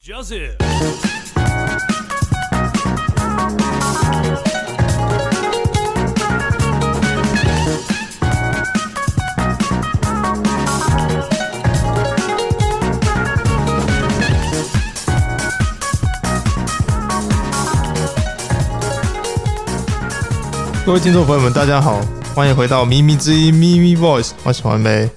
Joseph。各位听众朋友们，大家好，欢迎回到咪咪之音咪咪 Voice，我是环梅。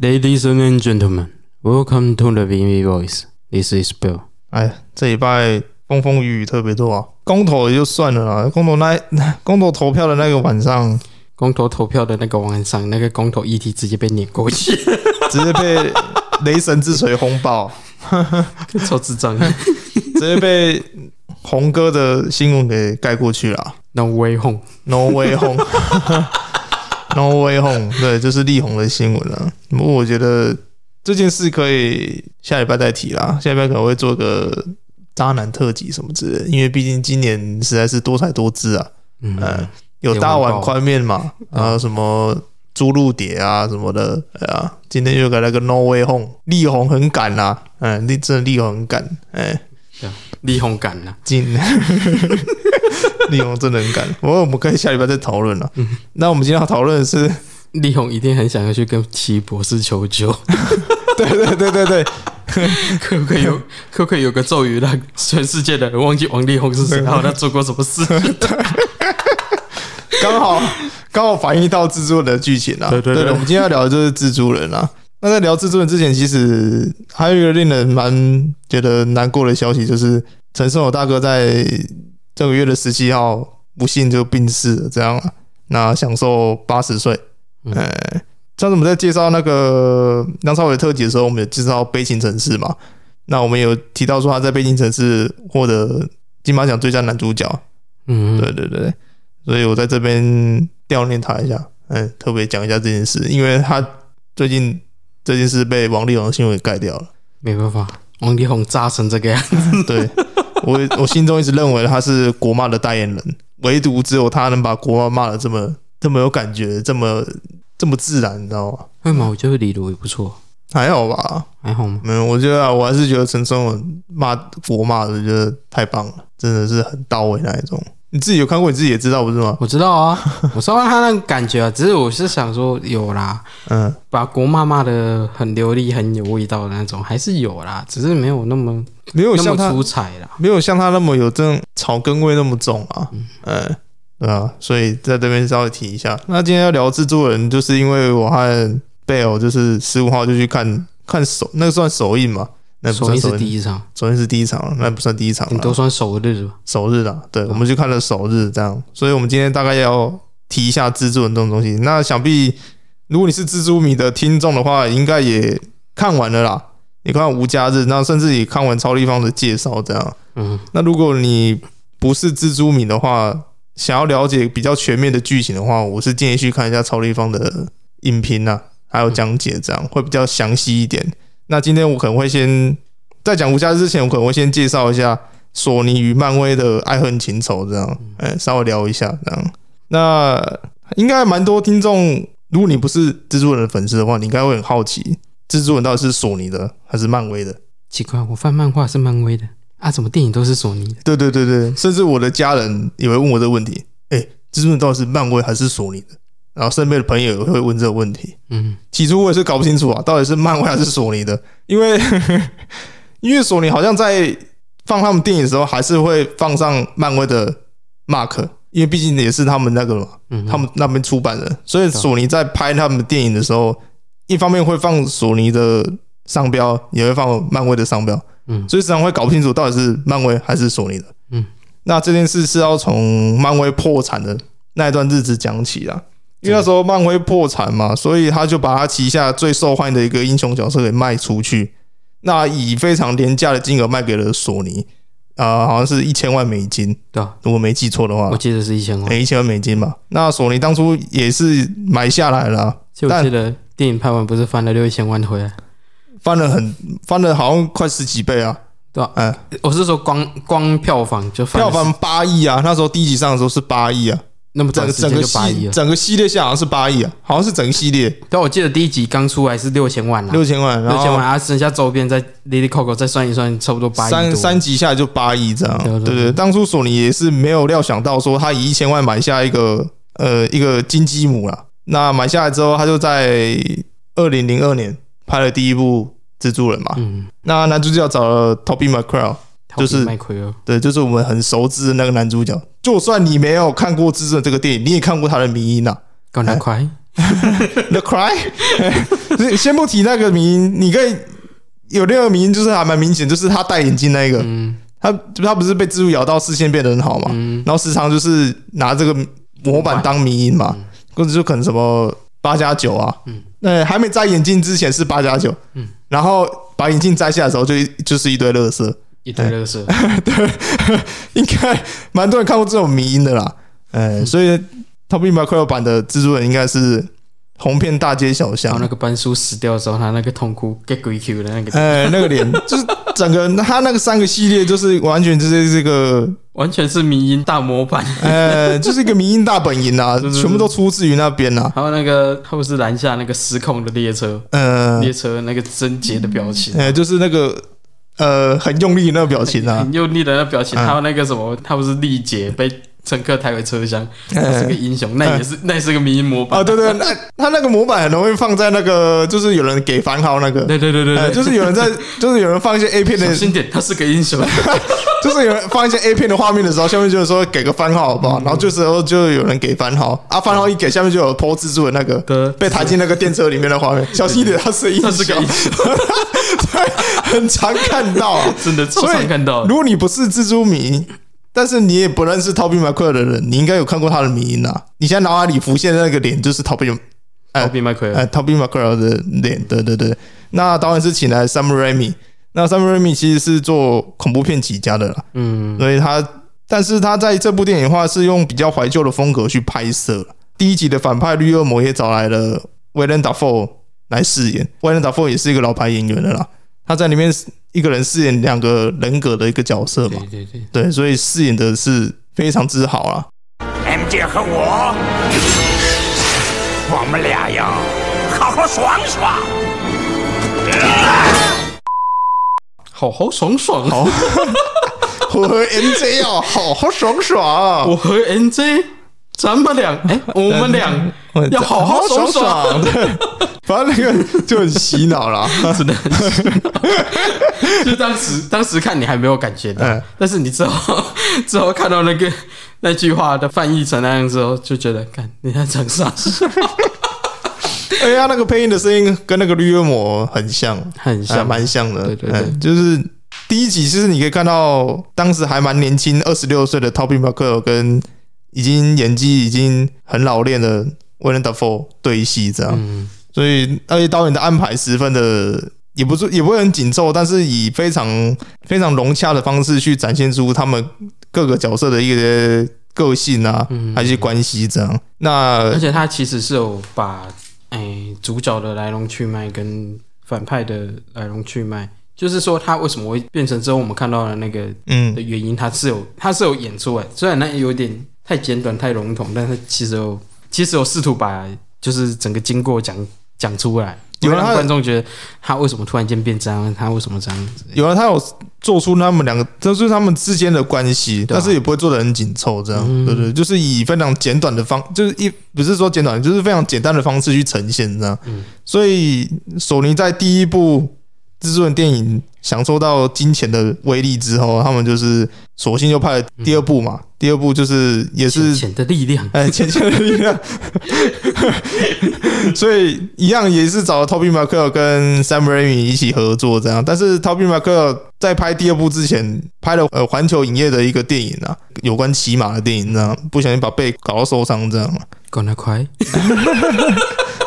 Ladies and gentlemen, welcome to the VV Voice. This is Bill. 哎，这礼拜风风雨雨特别多啊，公投也就算了啦，公投那 公投投票的那个晚上，公投投票的那个晚上，那个公投议题直接被碾过去， 直接被雷神之锤轰爆，超智障。直接被红哥的新闻给盖过去了。 No way home， No way home，No way home，对，这是力宏的新闻了。不过我觉得这件事可以下礼拜再提啦，下礼拜可能会做个渣男特辑什么之类的，因为毕竟今年实在是多彩多姿啊，嗯，有大碗宽面嘛，然后什么猪鹿蝶啊什么的，哎呀、今天又给了个 No way home，力宏很敢啦、啊，嗯，力真的力宏很敢，哎，力宏感啊了。 进，力宏哦真的很敢。不过我们可以下礼拜再讨论了。那我们今天要讨论的是， 力宏一定很想要去跟奇异博士求救，对对对对对，可不可以有可不可以有个咒语，让 全世界的人忘记王力宏是谁，然后他做过什么事？ 刚好刚好反映到蜘蛛人的剧情啊。对对对我们今天要聊的就是蜘蛛人啊。那在聊蜘蛛人之前，其实还有一个令人蛮觉得难过的消息，就是陈胜友大哥在这个月的十七号不幸就病逝了，这样啊，那享受八十岁。嗯哎、上次我们在介绍那个梁朝伟特辑的时候，我们有介绍《悲情城市》嘛，那我们有提到说他在《悲情城市》获得金马奖最佳男主角，嗯，对对对，所以我在这边悼念他一下，嗯，特别讲一下这件事，因为他最近这件事被王力宏的新闻给盖掉 了。没办法，王力宏渣成这个样，对我，我心中一直认为他是国骂的代言人，唯独只有他能把国骂骂的这么这么有感觉，这么这么自然，你知道吗？会吗？我觉得李如也不错，还好吧，还好吗？没有，我觉得、啊、我还是觉得陈松勇骂国骂的，觉得太棒了，真的是很到位那一种。你自己有看过，你自己也知道不是吗？我知道啊，我知道他那个感觉啊，只是我是想说有啦，嗯，把国骂骂的很流利、很有味道的那种，还是有啦，只是没有那么没有那像么他出彩啦。没有像他那么有这种草根味那么重啊，嗯，对啊，所以在这边稍微提一下。那今天要聊制作人，就是因为我和贝尔就是十五号就去看看首，那个算首映嘛？那不首算映首是映，第一场，首映是第一场，那不算第一场你都了，算首日吧？首日啦，对，我们去看了首日这样，所以我们今天大概要提一下制作人这种东西。那想必如果你是蜘蛛迷的听众的话，应该也看完了啦，也看完无家日，那甚至也看完超立方的介绍这样。嗯，那如果你不是蜘蛛迷的话，想要了解比较全面的剧情的话，我是建议去看一下超立方的影评啊，还有讲解，这样会比较详细一点。那今天我可能会先在讲无家之前，我可能会先介绍一下索尼与漫威的爱恨情仇，这样，哎、稍微聊一下这样。那应该蛮多听众，如果你不是蜘蛛人的粉丝的话，你应该会很好奇，蜘蛛人到底是索尼的还是漫威的？奇怪，我翻漫画是漫威的啊，怎么电影都是索尼的？对对对对，甚至我的家人也会问我这个问题：，哎、蜘蛛人到底是漫威还是索尼的？然后身边的朋友也会问这个问题。嗯，起初我也是搞不清楚啊，到底是漫威还是索尼的，因为 因为索尼好像在放他们电影的时候，还是会放上漫威的 mark，因为毕竟也是他们那个嘛，嗯他们那边出版的，所啊以索尼在拍他们的电影的时候，一方面会放索尼的商标，也会放漫威的商标，嗯所以时常会搞不清楚到底是漫威还是索尼的，嗯，那这件事是要从漫威破产的那一段日子讲起啊，因为那时候漫威破产嘛，所以他就把他旗下最受欢迎的一个英雄角色给卖出去，那以非常廉价的金额卖给了索尼，啊、好像是一千万美金，对啊，如果没记错的话我，记得是一千万，哎每一千万美金吧。那索尼当初也是买下来了啊、就我记得电影拍完不是翻了六千万回来？翻了很翻了好像快十几倍啊，对啊，嗯，我是说光光票房就翻票了房八亿啊，那时候第一集上的时候是八亿啊，那么整短个时整间个就八亿系了。整个系列下好像是八亿啊，好像是整个系列但我记得第一集刚出来是六千万啦，六千万，然嗯六千万，后然后剩下周边再 Lily Coco 再算一算，差不多八亿三多三集下来就八亿这样。对对对对当初索尼也是没有料想到说他以一千万买下一个呃一个金鸡母啦。那买下来之后，他就在二零零二年拍了第一部蜘蛛人嘛。嗯，那男主角找了 Toby McCraw，就是麦奎尔，对，就是我们很熟知的那个男主角。就算你没有看过《蜘蛛人》这个电影，你也看过他的迷 音啊。够难快， The Cry，所以先不提那个迷音，你可以有另一个迷音，就是还蛮明显，就是他戴眼镜那一个，嗯他他不是被蜘蛛咬到视线变得很好嘛，嗯，然后时常就是拿这个模板当迷音嘛，或者就可能什么八加九啊，嗯那还没摘眼镜之前是八加九，嗯然后把眼镜摘下的时候就就是一堆垃圾，一堆乐色，应该蛮多人看过这种迷音的啦。嗯哎、所以 Tommy m c r o 版的蜘蛛人应该是红遍大街小然后巷哦那。个班叔死掉的时候，他那个痛哭 get 鬼 Q 的那个，哎、那个脸 就是整个他那个三个系列，就是完全就是这个，完全是民音大 模板。呃，就是一个迷音大本营 啊，对对全部都出自于那边啊。还有那个他不是拦下那个失控的列车，呃，列车那个贞洁的表情，呃，就是那个呃很用力的那个表情啊 很，用力的那表情，嗯还有那个什么，他不是力竭被乘客抬回车厢，嗯他是个英雄，那也是那也是个民音模啊，板。对对，那他那个模板很容易放在那个，就是有人给番号那个，对对对对呃，对，就是有人在，就是有人放一些 A 片小的心点，他是个英雄。嗯 就是有人放一些 A 片的画面的时候，下面就是说给个番号好嗯不好？然后这时候就有人给番号啊，番号一给，下面就有剖蜘蛛的那个 对被抬进那个电车里面的画面，小心一点，他是英他雄，是个英雄，对，很常看到 啊。真的超所以常看到的。如果你不是蜘蛛迷，但是你也不认识 Toby m c q u 的人，你应该有看过他的迷音啊。你现在脑海里浮现的那个脸就是 Toby 哎奥比麦奎尔，呃 Toby m c q u 的脸，对对对。那导演是请来 Sam Raimi，那 Sam Raimi 其实是做恐怖片起家的啦。嗯，所以他，但是他在这部电影的话是用比较怀旧的风格去拍摄。第一集的反派绿恶魔也找来了威廉·达佛来饰演，威廉·达佛也是一个老牌演员的啦，他在里面一个人饰演两个人格的一个角色嘛对，对对，对，所以饰演的是非常之好啊啦。 M 姐和我，我们俩要好好爽爽。好好爽爽。啊好，我和 MJ 要好好爽爽啊，我和 NJ，咱们俩，哎，我们俩要好好爽爽，对， 反正那个就很洗脑啦。真的很喜 欢。就当时当时看你还没有感觉到嗯，但是你之后 之后看到那个那句话的翻译成那样之后，就觉得，看你在讲啥？哎呀，那个配音的声音跟那个绿恶魔很像，很还像哎蛮像的。嗯对对对哎就是第一集，其实你可以看到当时还蛮年轻，二十六岁的 Toby m c q u 跟已经演技已经很老练的 w i l l i a m d u f o 对戏这样。嗯，所以而且导演的安排十分的。也不是，也不会很紧凑，但是以非常非常融洽的方式去展现出他们各个角色的一些个性啊，嗯还有一些关系这样。那而且他其实是有把哎主角的来龙去脉跟反派的来龙去脉，就是说他为什么会变成之后我们看到的那个嗯的，原因，它是有它是有演出来，虽然那有点太简短太笼统，但是其实有其实有试图把就是整个经过讲讲出来，有有啊让它观众觉得他为什么突然间变这样，他为什么这样子？有啊，他有做出他们两个，就是他们之间的关系，对啊嗯但是也不会做的很紧凑，这样，对对，就是以非常简短的方，就是一不是说简短，就是非常简单的方式去呈现这样。嗯所以索尼在第一部蜘蛛人电影享受到金钱的威力之后，他们就是索性就拍了第二部嘛，第二部就是也是嗯金钱的力量，哎，浅浅的力量， 所以一样也是找 Toby m c q u 跟 Sam Raimi 一起合作这样。但是 Toby m c q u 在拍第二部之前，拍了呃环球影业的一个电影啊，有关骑马的电影这样，不小心把背搞到受伤这样嘛，滚得快，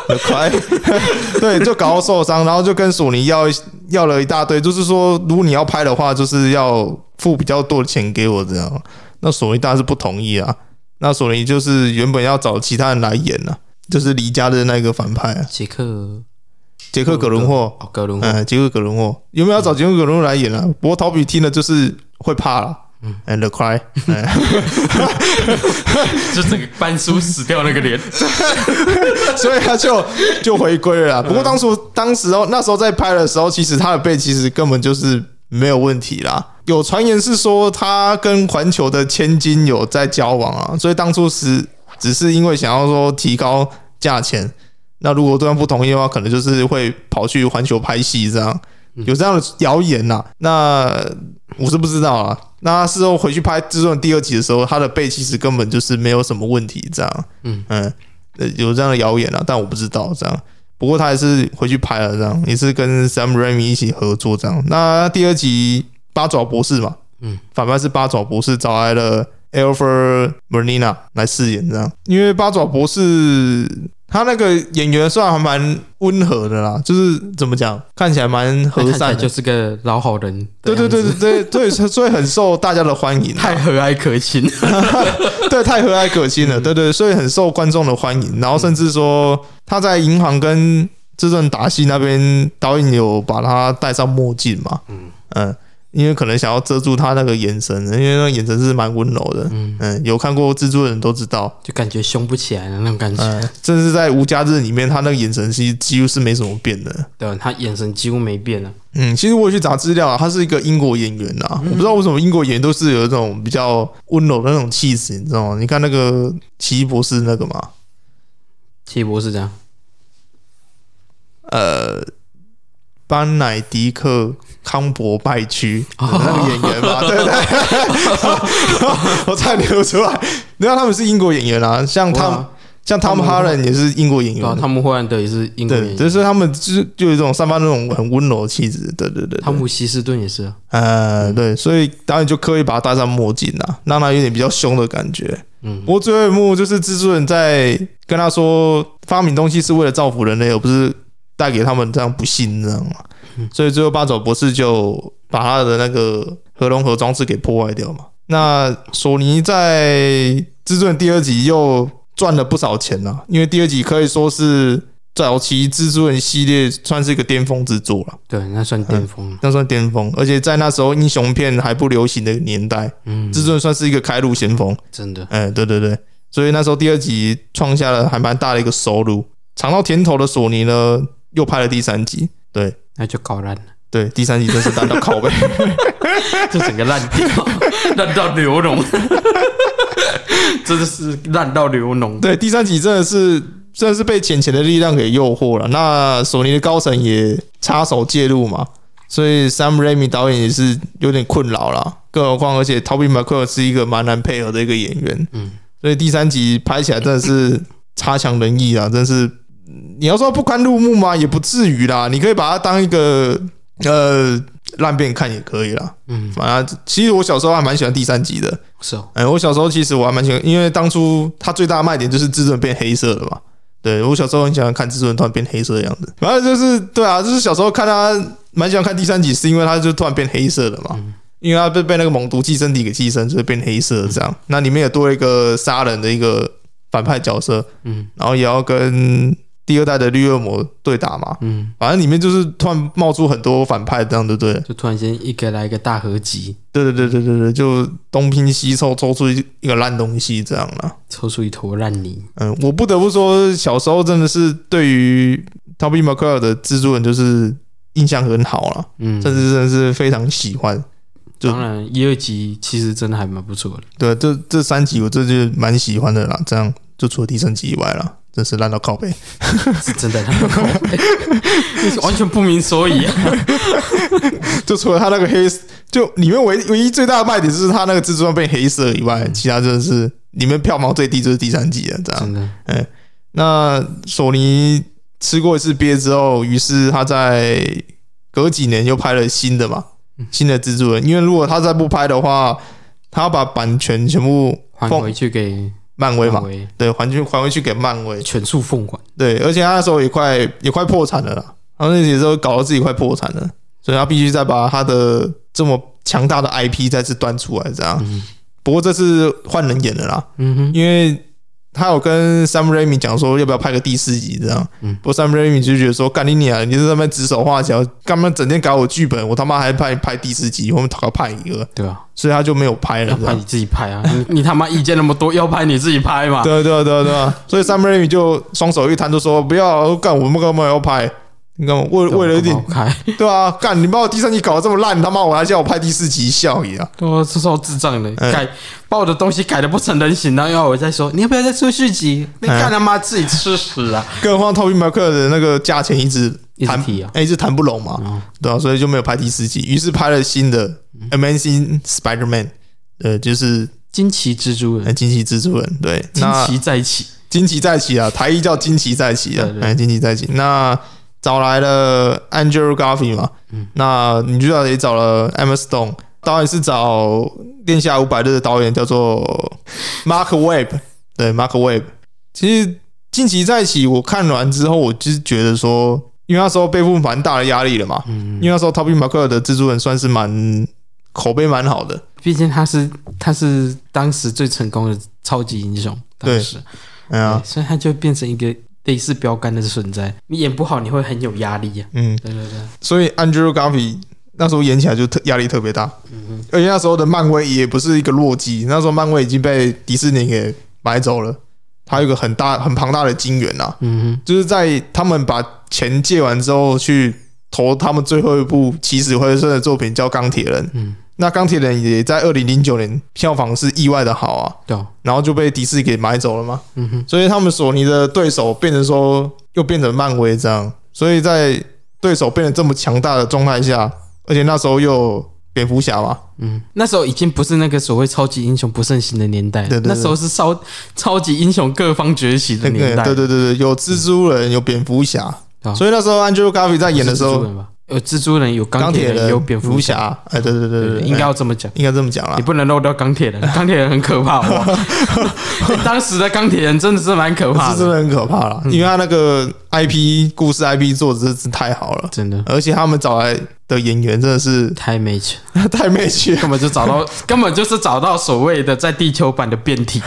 很快， 对，就搞到受伤，然后就跟索尼要一要了一大堆，就是说如果你要拍的话，就是要付比较多的钱给我这样。那索尼当然是不同意啊，那索尼就是原本要找其他人来演啊，就是离家的那个反派、啊、杰克杰克·葛伦霍，哎哦，格伦，嗯嗯，杰克·葛伦霍原本要找杰克·葛伦霍来演啊，不过陶比听了就是会怕了，嗯，The Cry，哎 就整个班叔死掉那个脸， 所以他就就回归了啦。嗯不过当初当时哦，那时候在拍的时候，其实他的背其实根本就是没有问题啦。有传言是说他跟环球的千金有在交往啊，所以当初是只是因为想要说提高价钱。那如果对方不同意的话，可能就是会跑去环球拍戏这样，有这样的谣言呐、那我是不知道啊。那他事后回去拍《至尊》第二集的时候，他的背其实根本就是没有什么问题这样。嗯嗯，呃有这样的谣言啊，但我不知道这样。不过他还是回去拍了，这样也是跟 Sam Raimi 一起合作这样。那第二集八爪博士嘛，嗯，反派是八爪博士找来了 Alfred Molina 来饰演这样，因为八爪博士他那个演员算还蛮温和的啦，就是怎么讲，看起来蛮和看起来善就的。是个老好人。对对对，对对对，所以很受大家的欢迎啊、太和蔼可亲。对，太和蔼可亲了，对对，所以很受观众的欢迎。然后甚至说他在银行跟这阵达西那边，导演有把他戴上墨镜嘛，嗯因为可能想要遮住他那个眼神，因为那个眼神是蛮温柔的，嗯有看过蜘蛛的人都知道，就感觉凶不起来的那种感觉。嗯，甚至在无家日里面，他那个眼神其实几乎是没什么变的，对，他眼神几乎没变啊。嗯，其实我有去查资料啊，他是一个英国演员呐、我不知道为什么英国演员都是有一种比较温柔的那种气质，你知道吗？你看那个奇异博士那个嘛，奇异博士这样，呃，班乃迪克康伯拜区哦的那个演员嘛，对不对？ 我差点流出来。你看他们是英国演员啊，像哇他像 Tom 们 Holland 也是英国演对啊，员，汤姆·霍兰德也是英国对，演就员，是他们就是就有一种散发那种很温柔的气质，对对对，汤姆·希斯顿也是啊。呃，对，所以导演就刻意把他戴上墨镜啊，让他有点比较凶的感觉。嗯不过最后一幕就是蜘蛛人在跟他说，发明东西是为了造福人类，而不是带给他们这样不幸，这样嘛。所以最后八爪博士就把他的那个核融合装置给破坏掉嘛。那索尼在蜘蛛人第二集又赚了不少钱啦，因为第二集可以说是早期蜘蛛人系列算是一个巅峰之作了。对，那算巅峰了。那算巅峰，而且在那时候英雄片还不流行的年代，嗯，至尊算是一个开路先锋。真的。哎、对对对，所以那时候第二集创下了还蛮大的一个收入，尝到甜头的索尼呢，又拍了第三集。对那就搞烂 了，对，第三集真是烂到靠背。就整个烂掉， 烂到流脓， 真的是烂到流脓。对，第三集真的是真的是被浅浅的力量给诱惑了。那索尼的高层也插手介入嘛，所以 Sam Raimi 导演也是有点困扰啦。更何况，而且 Toby m c q u i r 是一个蛮难配合的一个演员，嗯，所以第三集拍起来真的是差强人意啊，真是嗯你要说不堪入目嘛，也不至于啦。你可以把它当一个呃烂片看也可以啦。嗯，反正其实我小时候还蛮喜欢第三集的，是哦，哎、我小时候其实我还蛮喜欢，因为当初它最大的卖点就是至尊变黑色了嘛。对我小时候很喜欢看至尊突然变黑色的样子，反正就是对啊，就是小时候看他蛮喜欢看第三集，是因为他就突然变黑色了嘛。因为他被被那个猛毒寄生体给寄生，所以变黑色这样。那里面也多了一个杀人的一个反派角色，嗯，然后也要跟第二代的绿恶魔对打嘛。嗯，反正里面就是突然冒出很多反派，这样对不对了？就突然间一个来一个大合集，对对对对对对，就东拼西凑，抽出一一个烂东西这样啦。抽出一坨烂泥。嗯，我不得不说，小时候真的是对于 Toby m c q u i r 的蜘蛛人就是印象很好啦，嗯，甚至真的是非常喜欢。就当然一二集其实真的还蛮不错的。对，这这三集我这就蛮喜欢的啦。这样就除了第三集以外啦，真是烂到靠背。 是真的烂到爆， 你完全不明所以、啊。就除了他那个黑，就里面唯唯一最大的卖点就是他那个蜘蛛人变黑色以外，其他真的是里面票房最低就是第三集啊了。这样，真的，那索尼吃过一次鳖之后，于是他在隔几年又拍了新的嘛，嗯新的蜘蛛人。因为如果他再不拍的话，他要把版权全部还奉回去给漫威漫嘛，威，对，还去还回去给漫威。全数奉还。对，而且他那时候也快也快破产了啦，他那时候搞到自己快破产了，所以他必须再把他的这么强大的嗯 IP 再次端出来，这样。不过这次换人演了啦，嗯哼，因为他有跟 Sam Raimi 讲说要不要拍个第四集这样，嗯不过 Sam Raimi 就觉得说干你娘，你是他妈指手画脚，干嘛整天搞我剧本，我他妈还拍拍第四集，我们讨个派一个，对啊，所以他就没有拍了要这拍样你。自己拍啊，你 你他妈意见那么多，要拍你自己拍嘛。对啊对啊对啊对啊，所以 Sam Raimi 就双手一摊就说不要干，我们干嘛要拍？你干嘛为对啊为了一点干嘛不开，对啊，干你把我第三集搞得这么烂，你他妈我还叫我拍第四集笑一样。对啊，这超智障的，嗯改把我的东西改的不成人形，然后要我再说你要不要再出续集？嗯你看他妈自己吃 屎啊！更何况 Toby m a c 的那个价钱一直一直谈提啊哎一直谈不拢嘛，嗯对啊，所以就没有拍第四季，于是拍了新的 Amazing Spider-Man，呃，就是惊奇蜘蛛呃人，惊奇蜘蛛人，对，惊那奇啊在一起，惊奇再起啊，台一叫惊奇再起啊对，对哎，惊奇再起，那找来了 Andrew Garfield 嘛，嗯那女主角也找了 Emma Stone，导演是找《恋下五百日》的导演叫做 Mark Webb，对，Mark Webb。其实惊奇再起，我看完之后，我就是觉得说，因为那时候背负蛮大的压力了嘛，嗯因为那时候 Toby m a c 的蜘蛛人算是蛮口碑蛮好的，毕竟他是他是当时最成功的超级英雄，当对时哎呀、对所以他就变成一个类似标杆的存在。你演不好，你会很有压力呀、嗯，对对对，所以 Andrew Garfield 那时候演起来就特压力特别大，而且那时候的漫威也不是一个弱鸡，那时候漫威已经被迪士尼给买走了，它有一个很大很庞大的金源呐、啊，嗯就是在他们把钱借完之后去投他们最后一部起死回生的作品叫钢铁人，嗯那钢铁人也在二零零九年票房是意外的好啊，哼，对哦，然后就被迪士尼给买走了嘛，嗯哼，所以他们索尼的对手变成说又变成漫威这样，所以在对手变得这么强大的状态下，而且那时候又有蝙蝠侠嘛，嗯，那时候已经不是那个所谓超级英雄不盛行的年代了，对对对那时候是超超级英雄各方崛起的那年个代，对对对对，有蜘蛛人，有蝙蝠侠啊，哦所以那时候 Andrew Garfield 在演的时是蜘蛛候，人吧，有蜘蛛人，有钢钢铁人人，有蝙蝠侠，侠，哎，对对对对对，应该哎要这么讲。应该这么讲啦你。不能漏掉 钢铁人，钢铁人很可怕。哇当时的钢铁人真的是蛮可怕嗯是真的，的很可怕啦，因为他那个 IP 故事 IP 做的真是太好了，真的而且他们找来的演员真的 是太 match，太 match 了，根本就找到， 根本就是找到所谓的在地球版的变体。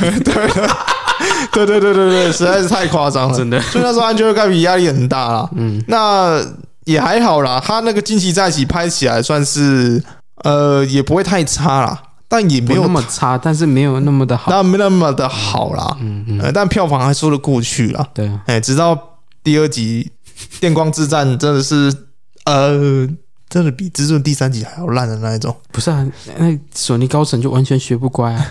对对对对对，实在是太夸张了，真的所以那时候 Angel g a b 压力很大啦。嗯，那也还好啦，他那个惊奇在一起拍起来算是呃也不会太差啦，但 也没没有有那么差，但是没有那么的好。那没那么的好啦。嗯嗯，呃，但票房还说得过去啦。对啊，哎、直到第二集《电光之战》真的是呃。真的比《蜘蛛》第三集还要烂的那一种，不是啊，那索尼高层就完全学不 乖啊！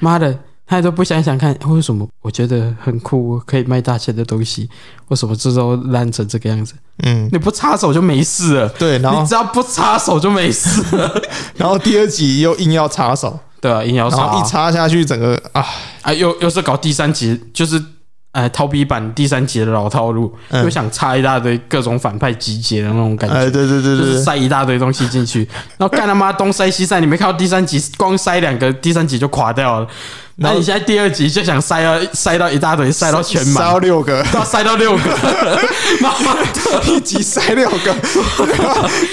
妈的，他都不想想看为什么我觉得很酷，我可以卖大钱的东西，为什么这都烂成这个样子？嗯，你不插手就没事了，对，然你后只要不插手就没事了。 然后第二集又硬要插手，对啊，硬要然插后一插下去，整个啊，啊，又又是搞第三集，就是呃逃避版第三集的老套路，嗯又想插一大堆各种反派集结的那种感觉。哎，对对对就对是对，塞一大堆东西进去， 然后干他妈东塞西塞，你没看到第三集光塞两个，第三集就垮掉了。那然后你现在第二集就想塞到塞到一大堆，塞到全塞满 到，六个，要塞到六个，妈妈的！一集塞六个，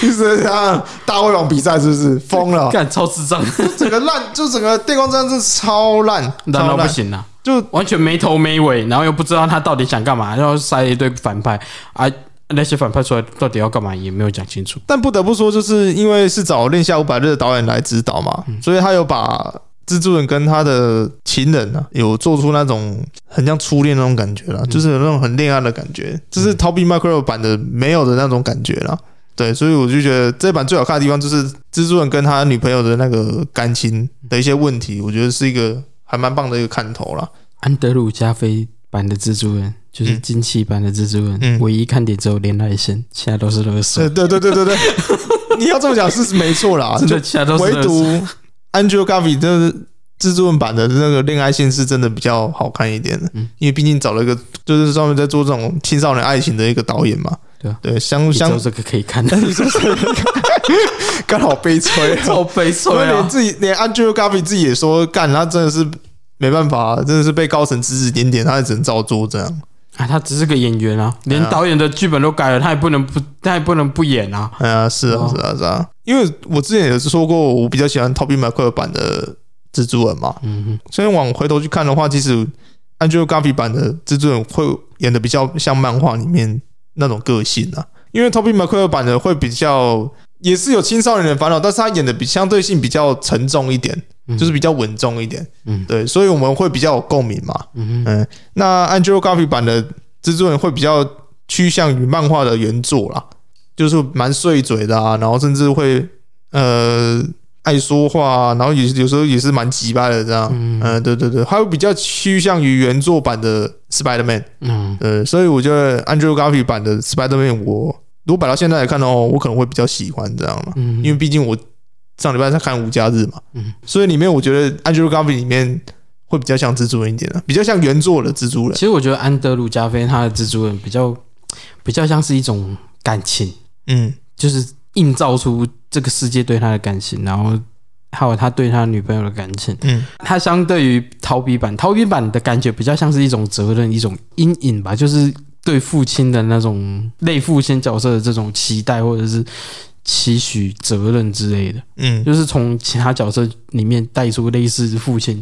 就是像大胃王比赛，是不是疯了？干超智障，整个烂，就整个电光战是超烂，烂超到不烂，行了、啊，就完全没头没尾，然后又不知道他到底想干嘛，然后塞一堆反派啊，那些反派出来到底要干嘛也没有讲清楚。但不得不说，就是因为是找《恋下五百日》的导演来指导嘛，嗯所以他有把蜘蛛人跟他的情人啊，有做出那种很像初恋那种感觉啦，嗯就是有那种很恋爱的感觉，这是逃避 micro 版的没有的那种感觉啦。嗯对，所以我就觉得这版最好看的地方就是蜘蛛人跟他女朋友的那个感情的一些问题，我觉得是一个还蛮棒的一个看头啦。安德鲁加菲版的蜘蛛人就是惊奇版的蜘蛛人，嗯唯一看点只有恋爱线，其他都是垃对。圾对对对对对，你要这么讲是没错啦，嗯 真就的，其他都是唯垃圾独 Angel Gavi 这蜘蛛人版的那个恋爱线是真的比较好看一点的，嗯因为毕竟找了一个就是专门在做这种青少年爱情的一个导演嘛。对啊对，相只有相 这个可以看，，刚好悲催 超悲催因为连啊！自己连 Angel Gavi 自己也说，干他真的是没办法，真的是被高层指指点点，他也只能照做这样。啊，他只是个演员啊，连导演的剧本都改了，他也不能不，他也不能不演啊。哎呀，是啊哦，是啊，是啊，因为我之前也是说过，我比较喜欢 Toby m c q u i r 版的蜘蛛人嘛，嗯哼，所以往回头去看的话，其实呃 Angel Garvey 版的蜘蛛人会演的比较像漫画里面那种个性啊，因为 Toby McQuarrie 版的会比较也是有青少年的烦恼，但是他演的比相对性比较沉重一点，嗯就是比较稳重一点，嗯对，所以我们会比较有共鸣嘛。嗯哼嗯，那 Angel Garvey 版的蜘蛛人会比较趋向于漫画的原作啦，就是蛮碎嘴的啊，然后甚至会呃爱说话、啊，然后有有时候也是蛮急巴的这样。嗯、嗯对对对，还有比较趋向于原作版的 Spider Man，嗯呃，所以我觉得 Andrew Garfield 版的 Spider Man，我如果摆到现在来看哦，我可能会比较喜欢这样嘛，嗯，因为毕竟我上礼拜在看无家日嘛，嗯所以里面我觉得 Andrew Garfield 里面会比较像蜘蛛人一点啊，比较像原作的蜘蛛人其，实我觉得安德鲁加菲他的蜘蛛人比较比较像是一种感情，嗯就是映照出这个世界对他的感情，然后还有他对他女朋友的感情。嗯他相对于逃避版，逃避版的感觉比较像是一种责任、一种阴影吧，就是对父亲的那种类父亲角色的这种期待或者是期许、责任之类的，嗯，就是从其他角色里面带出类似父亲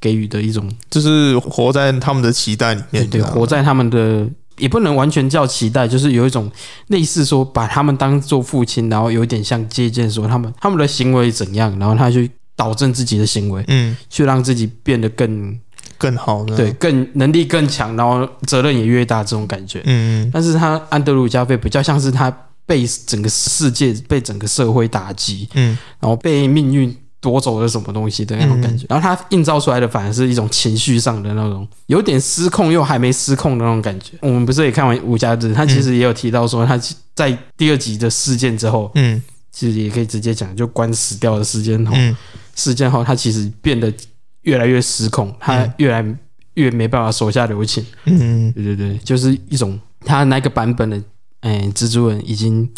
给予的一种就是活在他们的期待里对面，对，这样活在他们的也不能完全叫期待，就是有一种类似说把他们当做父亲，然后有点像借鉴说他们他们的行为怎样，然后他去导正自己的行为，嗯去让自己变得更更好呢，对更能力更强，然后责任也越大这种感觉。嗯，嗯但是他安德鲁加菲比较像是他被整个世界、被整个社会打击，嗯然后被命运夺走了什么东西的那种感觉。然后他映照出来的反而是一种情绪上的那种，有点失控又还没失控的那种感觉。我们不是也看完《无家日》，他其实也有提到说，他在第二集的事件之后，嗯其实也可以直接讲，就关死掉的事件后，嗯事件后他其实变得越来越失控，他越来越没办法手下留情。嗯嗯对对对，就是一种他那个版本的，嗯、蜘蛛人已经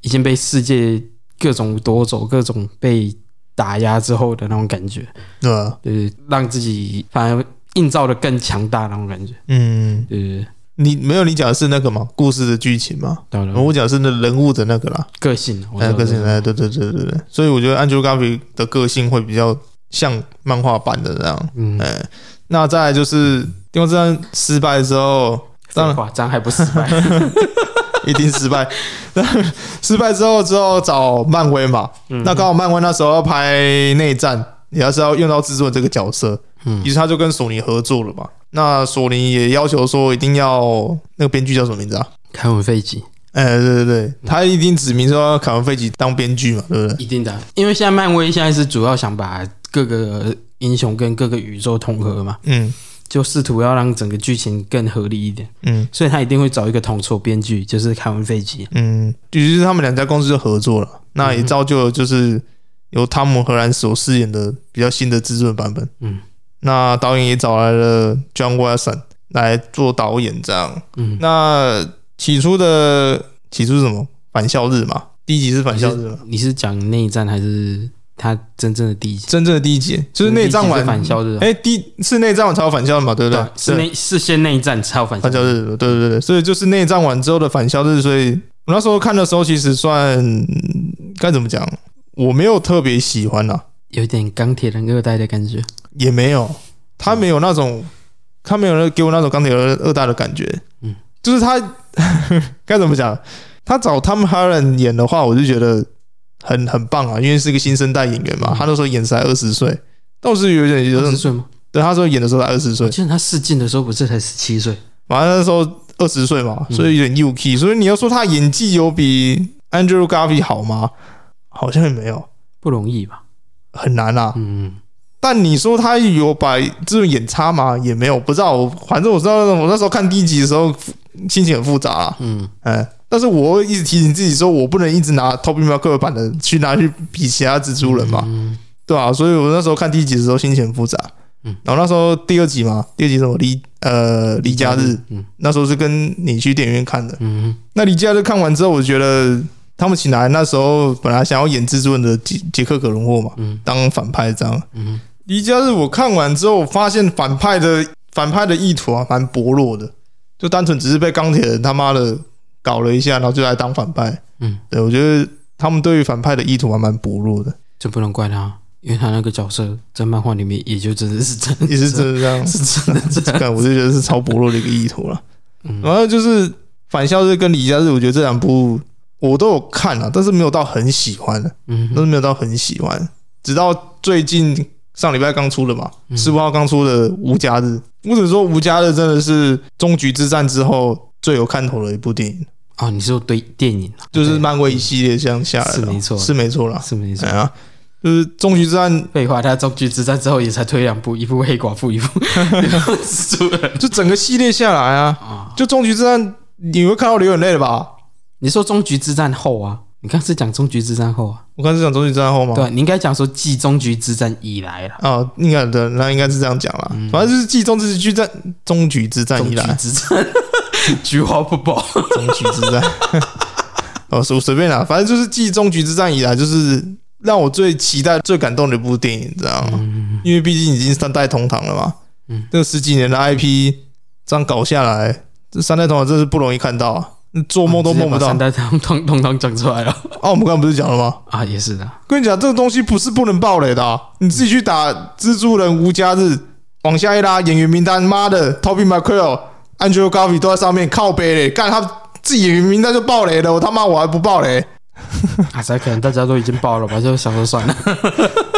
已经被世界各种夺走、各种被打压之后的那种感觉，对啊，对对，对让自己反而映照的更强大那种感觉，嗯，对对对，你没有你讲的是那个嘛，故事的剧情嘛，到了我讲的是那人物的那个啦，个性，嗯我知哎，道个性，哎，对对对对对，所以我觉得 Andrew Garfield 的个性会比较像漫画版的这样，嗯，哎，那再来就是《电光之战》失败之后，当然哇，这样还不失败，一定失败。那失败之后，之后找漫威嘛。那刚好漫威那时候要拍内战，也是要用到制作这个角色，嗯于是他就跟索尼合作了嘛。那索尼也要求说，一定要那个编剧叫什么名字啊？凯文费吉。哎、对对对，他一定指明说凯文费奇当编剧嘛，对不对？一定的，因为现在漫威现在是主要想把各个英雄跟各个宇宙统合嘛，嗯就试图要让整个剧情更合理一点。嗯所以他一定会找一个统筹编剧，就是凯文费奇。嗯，于是他们两家公司就合作了，那也造就了就是由汤姆·荷兰所饰演的比较新的制作版本。嗯，那导演也找来了 John Wilson 来做导演，这样。嗯，那起初的起初是什么？返校日嘛，第一集是返校日嘛，你是讲内战还是他真正的第一集？真正的第一集就是内战第一集完是返校日啊，啊哎、第是内战完才有返校嘛，对不对？是内是先内战才有反返校校。日，对对对，所以就是内战完之后的返校日，所以我那时候看的时候，其实算该怎么讲，我没有特别喜欢啦、有点钢铁人二代的感觉。也没有，他没有那种，他没有给我那种钢铁人二代的感觉，嗯，就是他 该怎么讲，他找 Tom Holland 演的话，我就觉得很很棒啊，因为是一个新生代演员嘛，嗯他那时候演才二十岁，倒是有点有二十点，岁吗？对，他说演的时候才二十岁我，记得他试镜的时候不是才十七岁，反正那时候二十岁嘛，所以有点 UK，、所以你要说他演技有比 Andrew Garfield 好吗？好像也没有，不容易吧？很难啊。嗯，但你说他有把这种演差吗？也没有，不知道。我反正我知道，我那时候看第一集的时候心情很复杂啊。嗯，哎，但是我会一直提醒自己说，我不能一直拿 Toby m a c 版的去拿去比其他蜘蛛人嘛，嗯对吧、所以我那时候看第一集的时候心情很复杂。嗯，然后那时候第二集嘛，第二集什么离呃离家日，，嗯那时候是跟你去电影院看的。嗯那离家日看完之后，我觉得他们请来那时候本来想要演蜘蛛人的杰杰克·葛伦霍嘛，嗯当反派这样。嗯离家日我看完之后，我发现反派的反派的意图啊，蛮薄弱的，就单纯只是被钢铁人他妈的搞了一下，然后就来当反派。嗯，对我觉得他们对于反派的意图还蛮薄弱的。这不能怪他。因为他那个角色在漫画里面也就真的是真的 也是真的这样。是真的这样。但我就觉得是超薄弱的一个意图了。嗯然后就是《返校日》跟《离家日》，我觉得这两部我都有看啊，但是没有到很喜欢，啊嗯但是没有到很喜欢。直到最近上礼拜刚出的嘛，嗯十五号刚出的《无家日》，我只能说《无家日》真的是终局之战之后最有看头的一部电影，啊，你说对电影啊，就是漫威一系列这样下来是了，没错是没错啦。是没错哎。呀，就是终局之战，废话，他终局之战之后也才推两部，一部黑寡妇，一部 蜘蛛人。就整个系列下来啊，就终局之战，你会看到流眼泪了吧？你说终局之战后啊？你刚是讲终局之战后啊？我看是讲终局之战后吗？对，啊你应该讲说继终局之战以来了，哦，应该的，那应该是这样讲啦。嗯反正就是继终之之战，终局之战终以局来，之战， 菊花不保。终局之战。 哦，随随便啦，反正就是继终局之战以来，就是让我最期待、最感动的一部电影，你知道吗？因为毕竟已经三代同堂了嘛，嗯这十几年的 IP 这样搞下来，这三代同堂真是不容易看到啊，做梦都梦不到。三代通通通通讲出来了哦，我们刚刚不是讲了吗？啊，也是的。跟你讲，这个东西不是不能爆雷的、啊，你自己去打蜘蛛人、无家日，往下一拉演员名单，妈的，Toby m c q u i l l a n g e l Garvey 都在上面靠背嘞，干他自己演员名单就爆雷了，我他妈我还不爆雷？ 啊，才可能大家都已经爆了吧，就想说算了。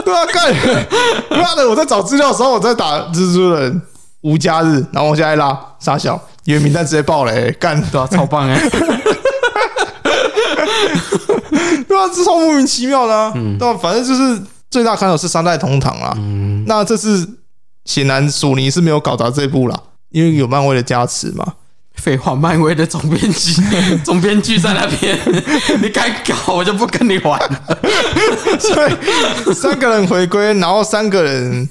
对啊，干 妈的，我在找资料的时候，我在打蜘蛛人、无家日，然后往下一拉，傻小演员名单直接爆雷，干对啊，超棒哎、对啊，这超莫名其妙的、啊。对、啊，反正就是最大看头是三代同堂啊啦。嗯那这次显然索尼是没有搞砸这部啦，因为有漫威的加持嘛。 废话，漫威的总编剧， 总编剧在那边， 你敢搞我就不跟你玩了。所以三个人回归，然后三个人，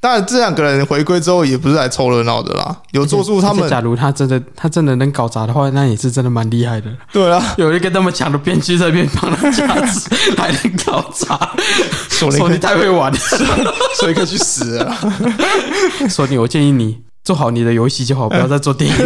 当然这两个人回归之后也不是来凑热闹的啦，有做出他而且们假如 他真的他真的能搞砸的话，那也是真的蛮厉害的。对 啊，有一个那么强的编剧在那边帮他加持，还能搞砸，索尼说可你以太会 玩了。所以可以去死了啦。说你，我建议你做好你的游戏就好，不要再做电影。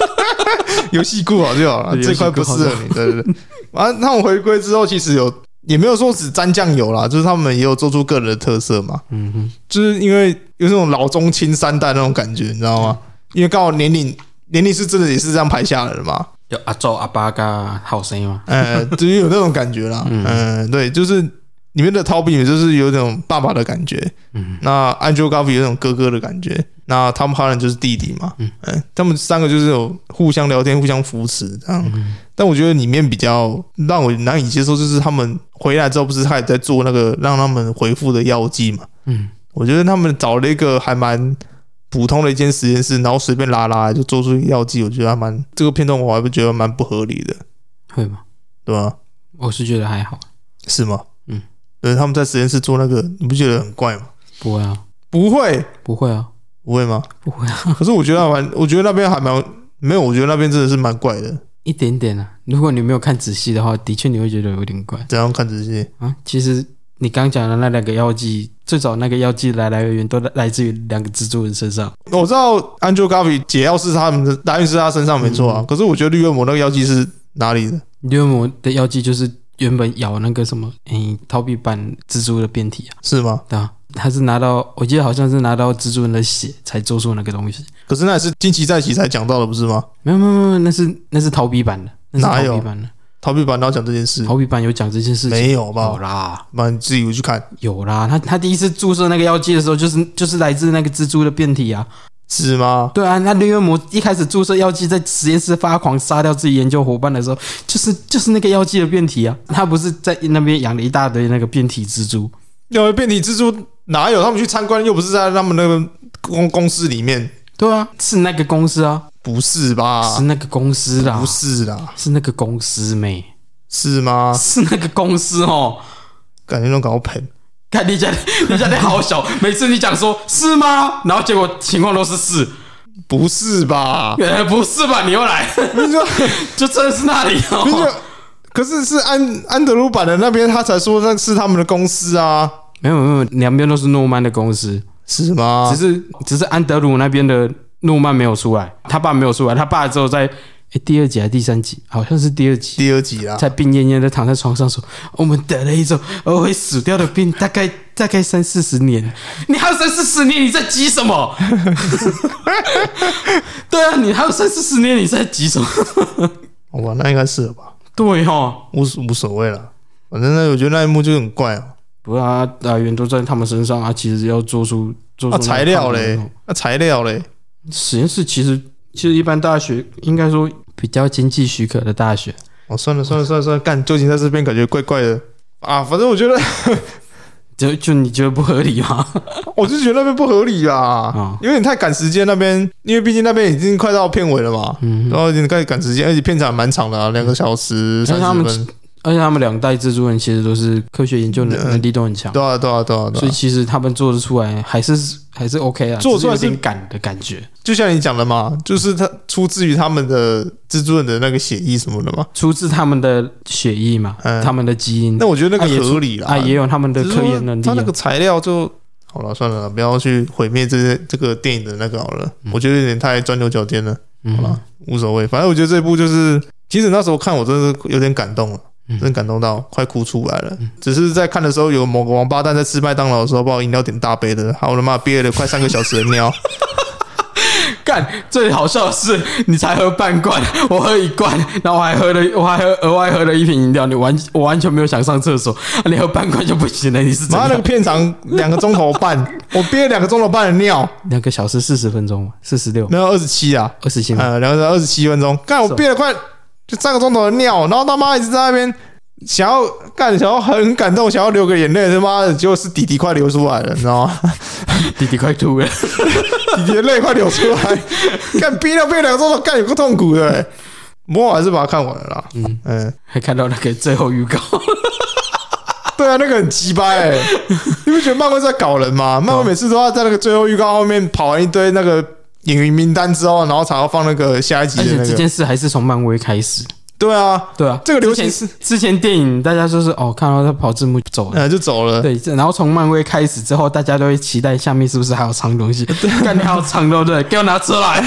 游戏顾好就好了，对这块游戏不顾好适合你，对对 对。啊，他们回归之后，其实有也没有说只沾酱油啦，就是他们也有做出个人的特色嘛。嗯哼，就是因为有那种老中青三代那种感觉，你知道吗？因为刚好年龄年龄是真的也是这样排下来的嘛， 有阿周、阿巴嘎好声音吗？呃，就是有那种感觉啦，嗯、对，就是里面的 Toby 也就是有那种爸爸的感觉，嗯，那 Angel Garvey 有那种哥哥的感觉，那 Tom Holland 就是弟弟嘛，嗯、他们三个就是有互相聊天、互相扶持这样，但我觉得里面比较让我难以接受，就是他们回来之后不是他也在做那个让他们回复的药剂嘛，嗯，我觉得他们找了一个还蛮普通的一间实验室，然后随便拉拉就做出药剂，我觉得还蛮这个片段我还不觉得蛮不合理的，会吗？对吧？我是觉得还好，是吗？嗯，对，他们在实验室做那个，你不觉得很怪吗？不会啊，不会，不会啊，不会吗？不会 啊。可是我觉得还蛮，我觉得那边还蛮没有，我觉得那边真的是蛮怪的。一点点啊。如果你没有看仔细的话，的确你会觉得有点怪怎样看仔细？啊。其实你刚讲的那两个药剂，最早那个药剂来来源源都来自于两个蜘蛛人身上。我知道 Angel Garvey 解药是他们的，来源是他身上没错啊。可是我觉得绿月魔那个药剂是哪里的？因为我的药剂就是原本咬那个什么，诶、逃避版蜘蛛的变体啊，是吗？对啊，他是拿到，我记得好像是拿到蜘蛛人的血才做出那个东西。可是那也是近期在一起才讲到的，不是吗？没有没有没有，那是那是逃避版的，那是哪有逃避版的，逃避版然后讲这件事逃避版有讲这件事情。没有有吧？啦，妈，你自己回去看有啦，他他第一次注射那个药剂的时候，就是就是来自那个蜘蛛的变体啊。是吗？对啊，那绿月魔一开始注射药剂在实验室发狂杀掉自己研究伙伴的时候，就是就是那个药剂的变体啊。他不是在那边养了一大堆那个变体蜘蛛，要变体蜘蛛哪有？他们去参观又不是在他们那个公公司里面，对啊，是那个公司啊，不是吧是？那个公司啦不，是啦，是那个公司妹，是吗？是那个公司哦。感觉那种搞喷，看你家， 你家的好小，每次你讲说是吗，然后结果情况都是是，不是 吧？呃，不是吧？你又来，你说， 就真的是那里你说哦。，可是是安安德鲁版的那边，他才说那是他们的公司啊，没有没有，没有两边都是诺曼的公司。是吗只？是啊只是安德鲁那边的诺曼没有出来，他爸没有出来，他爸只有在、诶第二集还是第三集，好像是第二集，第二集啦，呃才病恹恹的躺在床上说：“我们得了一种而会死掉的病，大概大概三四十年， 你还有三四十年，你在急什么？ 对啊，你还有三四十年，你在急 什么？好吧，哦那应该是了吧，对哦，无所无所谓了。反正那我觉得那一幕就很怪哦、不过啊，来源都在他们身上啊，其实要做出做那出啊材料嘞那种，那材料嘞，哦实验室其实其实一般大学应该说比较经济许可的大学，哦，算了算了算了算了，干，究竟在这边感觉怪怪的啊。反正我觉得，就就你觉得不合理吗？我就觉得那边不合理啦啊，有点太赶时间。那边，因为毕竟那边已经快到片尾了嘛，嗯然后已经开始赶时间，而且片场蛮长的啊，两个小时 而三且十他们分。而且他们两代蜘蛛人其实都是科学研究能嗯能力都很强，对啊对啊对啊对所以啊，其实他们做得出来还是还是 OK 啊，做出来只是有是点赶的感觉，就像你讲的嘛，就是他出自于他们的蜘蛛人的那个协议什么的嘛。出自他们的血液嘛，嗯他们的基因那我觉得那啊也个出合理啦，啊也有他们的只是科说研能力他那啊个。材料就好了，算了，不要去毁灭这些这个电影的那个好了，我觉得有点太钻牛角尖了。嗯好了，无所谓，反正我觉得这部就是，其实那时候看我真的是有点感动了。嗯真感动到快哭出来了，只是在看的时候有某个王八蛋在吃麦当劳的时候把我饮料点大杯的，好我他妈憋了快三个小时的尿，干，最好笑的是你才喝半罐， 我喝一罐，然后我还喝了，我还喝额外喝了一瓶饮料，你完我完全没有想上厕所，啊你喝半罐就不行了，你是怎妈那个样？片长两个钟头半，我憋了两个钟头半的尿，两个小时四十分钟嘛，四十六，没有二十七啊，二十七呃，两个二十七分钟，干我是哦憋了快就三个钟头的尿，然后他妈一直在那边想要干，想要很感动，想要流个眼泪，他妈的，结果是弟弟快流出来了，你知道吗？嗯弟弟快吐了。弟弟的泪快流出 来，干憋了憋了两个钟头，干有个痛苦的、欸。不过我还是把它看完了啦。嗯还看到那个最 后预告，对啊，那个很鸡掰哎、你不觉得漫威在搞人吗？嗯漫威每次都要在那个最后预告后面跑完一堆那个演员名单之后，然后才要放那个下一集而的且那这个。件事还是从漫威开始。对啊，对啊，这个流行之前之前电影大家就是哦，看到他跑字幕就走了。呃，就走了。对，这然后从漫威开始之后，大家都会期待下面是不是还有藏东西？ 干，你还有藏对不对？给我拿出来！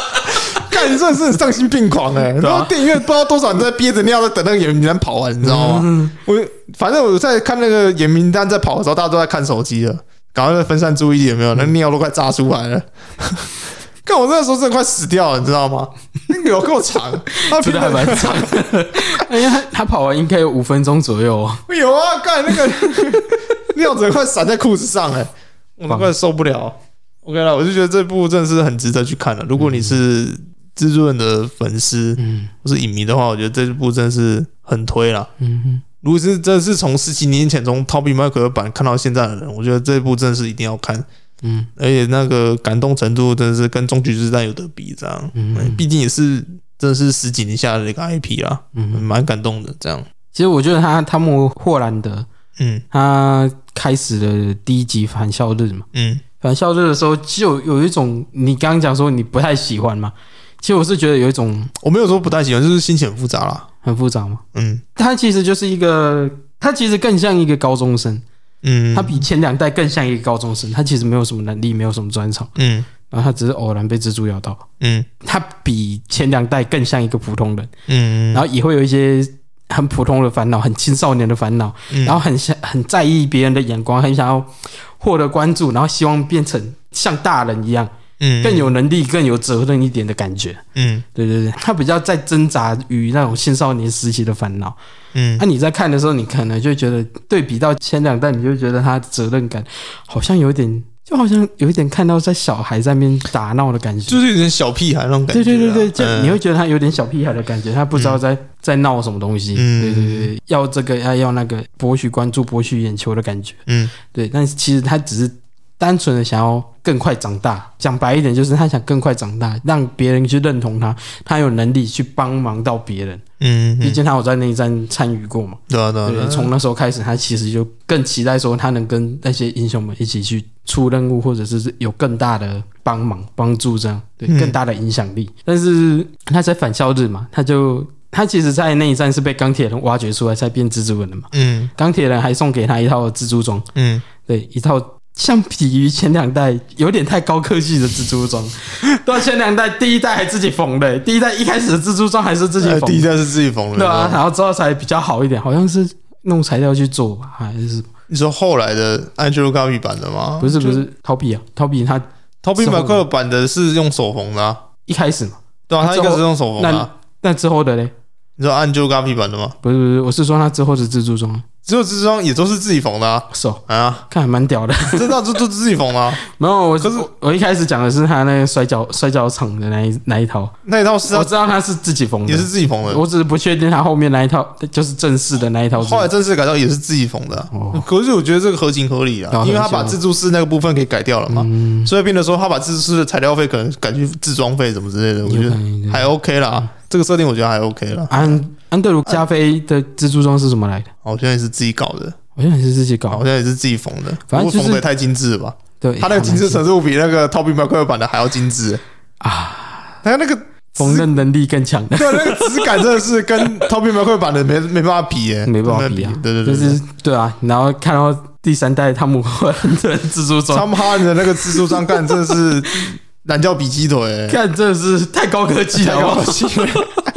干，你真的是很丧心病狂哎、啊然后电影院不知道多少人在憋着尿在等那个演员名单跑完，你知道嗯吗？我反正我在看那个演员名单在跑的时候，大家都在看手机了，赶快分散注意力，有没有？那嗯尿都快炸出来了。看我那时候真的快死掉了，你知道吗？那个有够 长，他真平的还常蛮长 的，因为他哎他跑完应该有五分钟左右哦。 有啊，干 那个尿整个快散在裤子上哎、我都快受不了。OK 了，我就觉得这部真的是很值得去看了。如果你是蜘蛛人的粉丝，嗯我是影迷的话，我觉得这部真的是很推啦。嗯，如果是真的是从十几年前从 Toby m i c h 版看到现在的人，我觉得这部真的是一定要看。嗯，而且那个感动程度真的是跟《终局之战》有得比，这样，嗯，毕竟也是真的是十几年下的一个 IP 啦，嗯，蛮感动的，这样，其实我觉得他汤姆霍兰德嗯他开始的第一集返校日嘛，嗯，返校日的时候就有一种你刚刚讲说你不太喜欢嘛，其实我是觉得有一种我没有说不太喜欢，就是心情很复杂啦，很复杂嘛。嗯他其实就是一个，他其实更像一个高中生，嗯，他比前两代更像一个高中生。他其实没有什么能力，没有什么专长，嗯然后他只是偶然被蜘蛛咬到。嗯他比前两代更像一个普通人，嗯，然后也会有一些很普通的烦恼，很青少年的烦恼，嗯然后很想很在意别人的眼光，很想要获得关注，然后希望变成像大人一样，嗯更有能力、更有责任一点的感觉。嗯对对对，他比较在挣扎于那种青少年时期的烦恼。啊嗯那、你在看的时候，你可能就觉得对比到前两代，你就觉得他的责任感好像有点，就好像有一点看到在小孩在那边打闹的感觉。就是有点小屁孩那种感觉对啦，对对对，就嗯你会觉得他有点小屁孩的感觉，他不知道在、在闹什么东西。嗯对对对，要这个要要那个，博取关注、博取眼球的感觉。嗯对，但是其实他只是单纯的想要更快长大，讲白一点就是他想更快长大，让别人去认同他，他有能力去帮忙到别人。嗯，毕嗯竟他有在内战参与过嘛。对啊对啊对对，啊，从那时候开始，他其实就更期待说他能跟那些英雄们一起去出任务，或者是有更大的帮忙、帮助这样，对，嗯更大的影响力。但是他在返校日嘛，他就他其实，在那一站是被钢铁人挖掘出来才变蜘蛛人的嘛。嗯钢铁人还送给他一套蜘蛛装，嗯对，一套相比于前两代有点太高科技的蜘蛛装。 对啊，前两代第一代还自己缝的，第一代一开始的蜘蛛装还是自己呃缝的第一代是自己缝的，对啊，嗯然后之后才比较好一点，好像是弄材料去做吧，还是什么你说后来的 Angelo g a b i 版的吗？不是不是，陶比啊，陶比他 t o b y 是后 m 来 c g i r 版的是用手缝的、啊，一开始嘛，对啊，他一开始是用手缝的、啊。那那之后的嘞，你说 Angelo g a b i 版的吗？不是不是，我是说他之后的蜘蛛装只有蜘蛛装也都是自己缝的啊，手，啊， 看还蛮屌的。 真的啊都都自己缝的、啊。没有，我可是我我一开始讲的是他那个摔跤摔跤场的那一那一套，那一套是我他知道他是自己缝的也，是自己缝的，我只是不确定他后面那一套就是正式的那一套是。后来正式改造也是自己缝的啊、哦可是我觉得这个合情合理对啊，啊因为他合情嗯把啊自助式那个部分给改掉了嘛，所以变得说他把自助式的材料费可能改去自装费什么之类的，我觉有可得能对还 OK 啦，这个设定我觉得还 OK 啦。安安德鲁加菲的蜘蛛装是怎么来的？好像也是自己搞的，好像也是自己搞好的。哦像也是自己缝的，反正不过就是哎缝的太精致了吧？对，他那个精致还程蛮度比那个 t o p p i m a c 版的还要精致啊！他那个缝纫能力更强的，对啊那个质感真的是跟 t o p p i m a c 版的没没办法比耶，没办法比啊。嗯对对就对对。是对啊。然后看到第三代汤姆霍兰的蜘蛛装，他们哈的那个蜘蛛张干真的是懒叫比鸡腿耶，看真的是太高科技太了高哇，级了。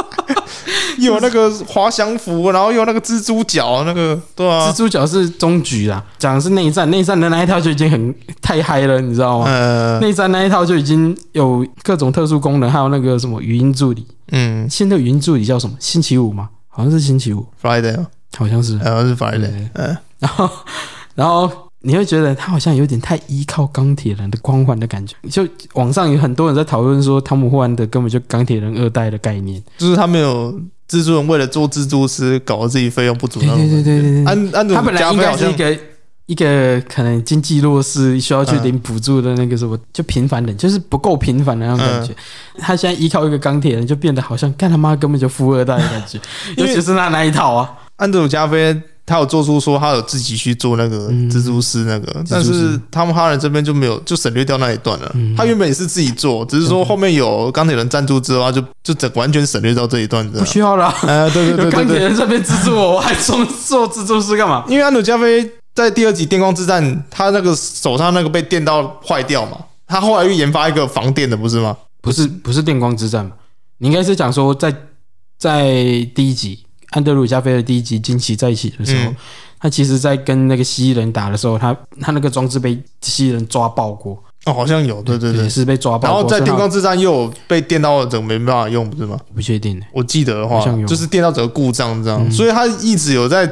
又有那个滑翔服，然后又有那个蜘蛛脚，那个对啊蜘，蛛脚是终局啦，讲的是内战，内战的那一套就已经很太嗨了，你知道吗？呃，内战那一套就已经有各种特殊功能，还有那个什么语音助理。嗯现在语音助理叫什么？星期五吗？好像是星期五， ，Friday，好像是。好像是对 Friday，嗯， 然后，然后你会觉得他好像有点太依靠钢铁人的光环的感觉。就网上有很多人在讨论说，汤姆·霍兰德根本就钢铁人二代的概念。就是他们有蜘蛛人为了做蜘蛛丝，搞得自己费用不足那种感觉。对对对对对对安安总他本来加应菲该好是像一个一个可能经济弱势需要去领补助的那个嗯什么，就平凡人，就是不够平凡的那种感觉。他现在依靠一个钢铁人，就变得好像干他妈根本就富二代的感觉，因尤为其是他那一套啊。安德鲁加菲，他有做出说他有自己去做那个嗯蜘蛛丝那个，但是他们哈人这边就没有，就省略掉那一段了。嗯他原本也是自己做，只是说后面有钢铁人赞助之后，他就就整完全省略掉这一段这不样。需要啦，呃，对对有对对钢铁对，人这边资助我，我还做做蜘蛛丝干嘛？因为安德鲁加菲在第二集电光之战，他那个手上那个被电到坏掉嘛，他后来又研发一个防电的，不是吗？不是不是电光之战嘛？你应该是讲说在在第一集安德鲁加菲的第一集惊奇在一起的时候，嗯他其实在跟那个蜥蜴人打的时候，他他那个装置被蜥蜴人抓爆过，哦，好像有，对对对也。是被抓爆然过。后在所以电他光之战又有被电到整个没办法用，不是吗？我不确定呢、我记得的话好像，有嗯就是电到整个故障这样，所以他一直有在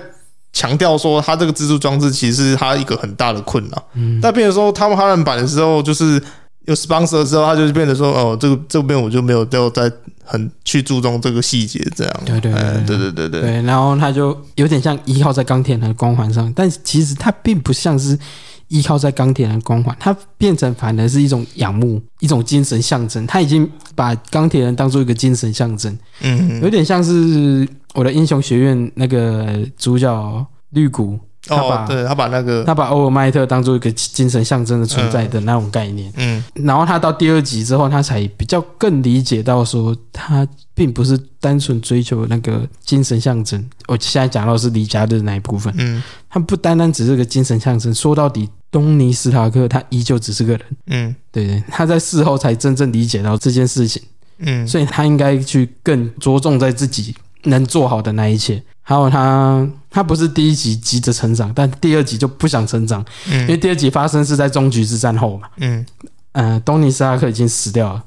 强调说，他这个蜘蛛装置其实是他一个很大的困扰。嗯但变成说他们哈兰版的时候，就是有 sponsor 之后，他就变得说，哦，这个这边我就没有都在很去注重这个细节这样。对对对哎对对对对对，对，然后他就有点像依靠在钢铁人的光环上，但其实他并不像是依靠在钢铁人的光环，他变成反而是一种仰慕，一种精神象征。他已经把钢铁人当做一个精神象征，嗯，有点像是我的英雄学院那个主角绿谷，他哦把，对他把那个，他把欧尔麦特当做一个精神象征的存在的那种概念。嗯，然后他到第二集之后，他才比较更理解到说，他并不是单纯追求那个精神象征。我现在讲到的是李佳的那一部分，嗯他不单单只是个精神象征。说到底，东尼史塔克他依旧只是个人，嗯对对，他在事后才真正理解到这件事情。嗯，所以他应该去更着重在自己能做好的那一切。还有他，他不是第一集急着成长，但第二集就不想成长，嗯因为第二集发生是在终局之战后嘛。嗯嗯，东尼·斯塔克已经死掉了，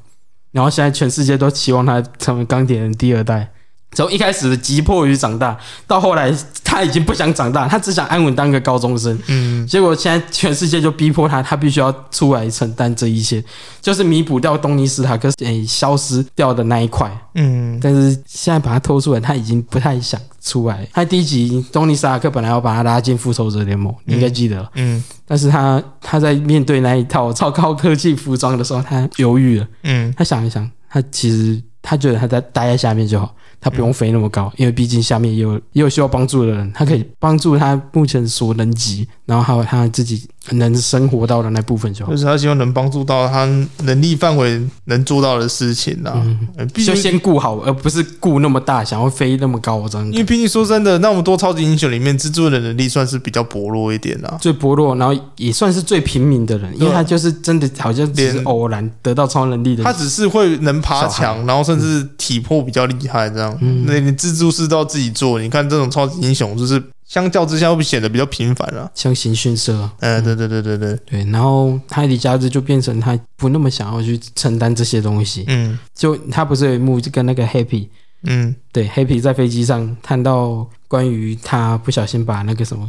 然后现在全世界都期望他成为钢铁人第二代。从一开始的急迫于长大，到后来他已经不想长大，他只想安稳当个高中生。嗯，结果现在全世界就逼迫他，他必须要出来承担这一切，就是弥补掉东尼·斯塔克诶、消失掉的那一块。嗯但是现在把他拖出来，他已经不太想出来。他第一集东尼·斯塔克本来要把他拉进复仇者联盟，你应该记得。嗯但是他他在面对那一套超高科技服装的时候，他犹豫了。嗯他想一想，他其实他觉得他在待在下面就好，他嗯不用飞那么高，因为毕竟下面也有也有需要帮助的人，他可以帮助他目前所能及，然后还有他自己能生活到的那部分就好就。是他希望能帮助到他能力范围能做到的事情啦。呃毕嗯就竟先顾好，而不是顾那么大，想要飞那么高这样因。为毕竟说真的，那么多超级英雄里面，蜘蛛人的能力算是比较薄弱一点啊啦。最薄弱，然后也算是最平民的人，啊因为他就是真的好像只是连偶然得到超能力的他人。只是会能爬小嗯墙，然后甚至体魄比较厉害这样。那你蜘蛛丝都要自己做，你看这种超级英雄就是相较之下会显得比较频繁了、啊。像刑讯社啊，嗯、对对对对对，对，然后他离家之就变成他不那么想要去承担这些东西，嗯就他不是有一幕就跟那个 Happy 嗯对 Happy 在飞机上看到关于他不小心把那个什么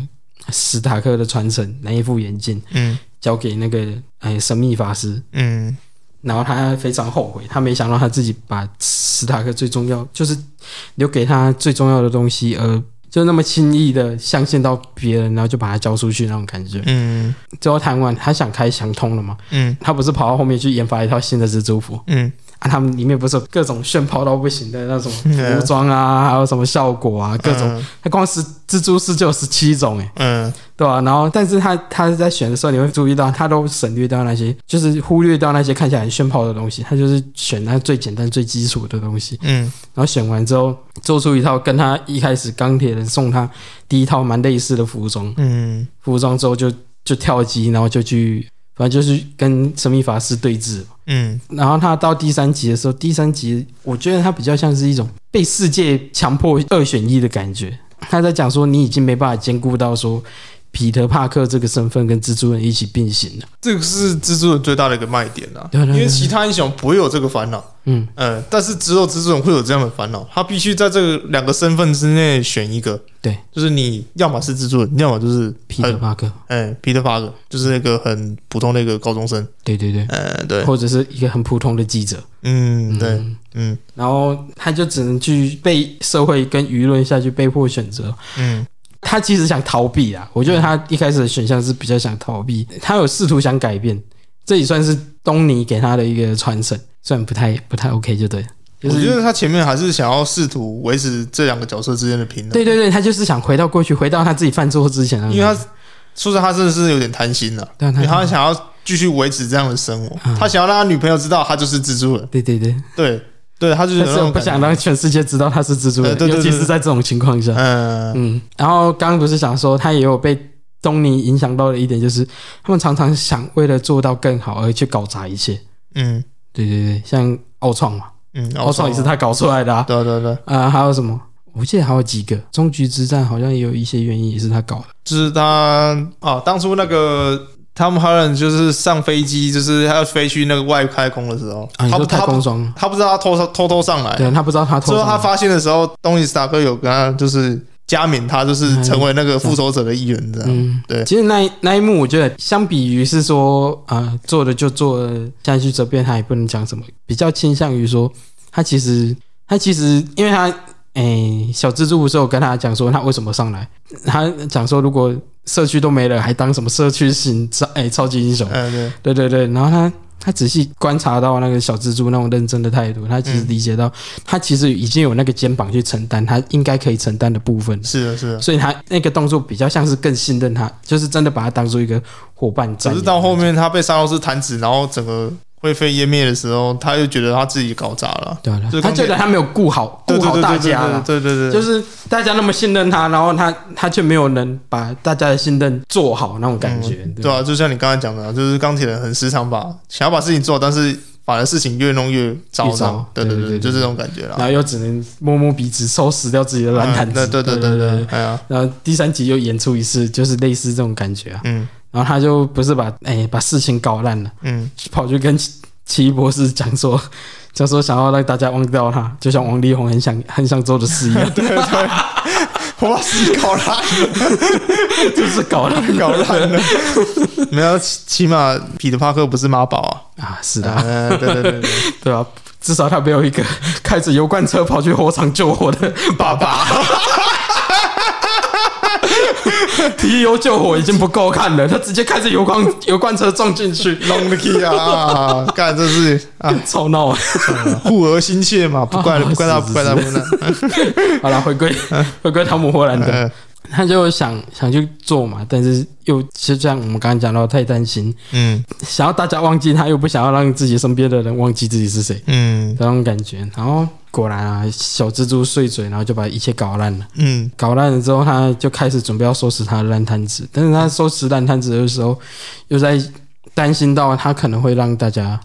史塔克的传承那一副眼镜嗯交给那个哎神秘法师，嗯然后他非常后悔，他没想到他自己把史塔克最重要就是留给他最重要的东西，而就那么轻易的相信到别人，然后就把他交出去那种感觉。嗯最后谈完，他想开想通了嘛，嗯他不是跑到后面去研发一套新的蜘蛛服嗯啊？他们里面不是有各种炫跑到不行的那种嗯服装啊，还有什么效果啊，各种。他光是蜘蛛丝就有十七种诶、嗯对吧、然后，但是他他在选的时候，你会注意到，他都省略掉那些，就是忽略掉那些看起来很炫炮的东西，他就是选那最简单、最基础的东西。嗯然后选完之后，做出一套跟他一开始钢铁人送他第一套蛮类似的服装，嗯服装之后就就跳机，然后就去，反正就是跟神秘法师对峙。嗯然后他到第三集的时候，第三集我觉得他比较像是一种被世界强迫二选一的感觉。他在讲说，你已经没办法兼顾到说彼得帕克这个身份跟蜘蛛人一起并行了。这个是蜘蛛人最大的一个卖点啦、对对对因为其他英雄不会有这个烦恼，嗯嗯，但是只有蜘蛛人会有这样的烦恼，他必须在这个两个身份之内选一个，对，就是你要么是蜘蛛人，要么就是彼得很，帕克，哎，彼得帕克，就是那个很普通的一个高中生，对对对，呃，对，或者是一个很普通的记者。嗯，对，嗯然后他就只能去被社会跟舆论下去被迫选择。嗯他其实想逃避啊，我觉得他一开始的选项是比较想逃避，他有试图想改变，这也算是东尼给他的一个传承，虽然不太不太 OK 就对了，就我觉是得他前面还是想要试图维持这两个角色之间的平衡，对对对，他就是想回到过去，回到他自己犯错之前那种因为他感觉说实话，他真的是有点贪心了、对啊因为他他想要继续维持这样的生活，嗯他想要让他女朋友知道他就是蜘蛛人，对对对， 对对，他就是有那但是我种不感觉想让全世界知道他是蜘蛛人，呃对对尤其对是对在这种情况下，嗯嗯，然后刚刚不是想说他也有被东尼影响到的一点，就是他们常常想为了做到更好而去搞砸一切。嗯对对对，像奥创嘛，嗯，奥创也哦是他，他搞出来的啊。对啊对啊对啊，啊、还有什么？我记得还有几个终局之战，好像也有一些原因也是他搞的。就是他啊，当初那个。汤姆·哈伦就是上飞机，就是他要飞去那个外太空的时候，啊，你他说不太空他装？他不知道他偷偷偷上来，对，他不知道他偷最后他什么。发现的时候，东尼斯塔克有跟他就是加冕他，就是成为那个复仇者的一员这样。哎嗯，对其实那一那一幕，我觉得相比于是说，啊，做的就做了，现在去责备他也不能讲什么，比较倾向于说，他其实他其实，因为他，诶、小蜘蛛不是有跟他讲说他为什么上来，他讲说如果社区都没了，还当什么社区型超诶、超级英雄？嗯，对，对对对，然后他他仔细观察到那个小蜘蛛那种认真的态度，他其实理解到、他其实已经有那个肩膀去承担他应该可以承担的部分，是的， 是的。所以他那个动作比较像是更信任他，就是真的把他当做一个伙伴战可友。是到后面他被沙洛斯弹指，然后整个灰飞烟灭的时候，他就觉得他自己搞砸了。对了就是，他刚才觉得他没有顾好对顾对好对大对对家了。对对对，就是是大家那么信任他，然后他他却没有能把大家的信任做好那种感觉，对对啊，就像你刚才讲的啊，就是钢铁人很时常把想要把事情做好，但是反而事情越弄越糟越糟对对对对对，对就这种感觉啦然。后又只能摸摸鼻子，收拾掉自己的烂摊嗯子。对对对对对对，哎呀，然后第三集又演出一次，就是类似这种感觉啊。嗯然后他就不是把哎、把事情搞烂了，嗯 跑去跟奇奇异博士讲说，就说想要让大家忘掉他，就像王力宏很想很想做的事一样， 我把事搞烂了， 就是搞烂搞烂了。 没有，起起码彼得帕克不是妈宝啊。啊，是的啊、嗯，对对对对， 对吧、至少他没有一个开着油罐车跑去火场救火的爸爸。 提油救火已经不够看了，他直接开着油罐油罐车撞进去，弄的 key 啊，干这是啊，超闹啊！互讹心切嘛，不 怪啊不怪他，是不怪他们了。 好了，回 归回归汤姆·霍兰德，嗯他就想想去做嘛，但是又就像我们刚刚讲到，太担心，嗯想要大家忘记他，又不想要让自己身边的人忘记自己是谁，嗯那种感觉。然后果然啊，小蜘蛛碎嘴，然后就把一切搞烂了。嗯搞烂了之后，他就开始准备要收拾他的烂摊子，但是他收拾烂摊子的时候，又在担心到他可能会让大家。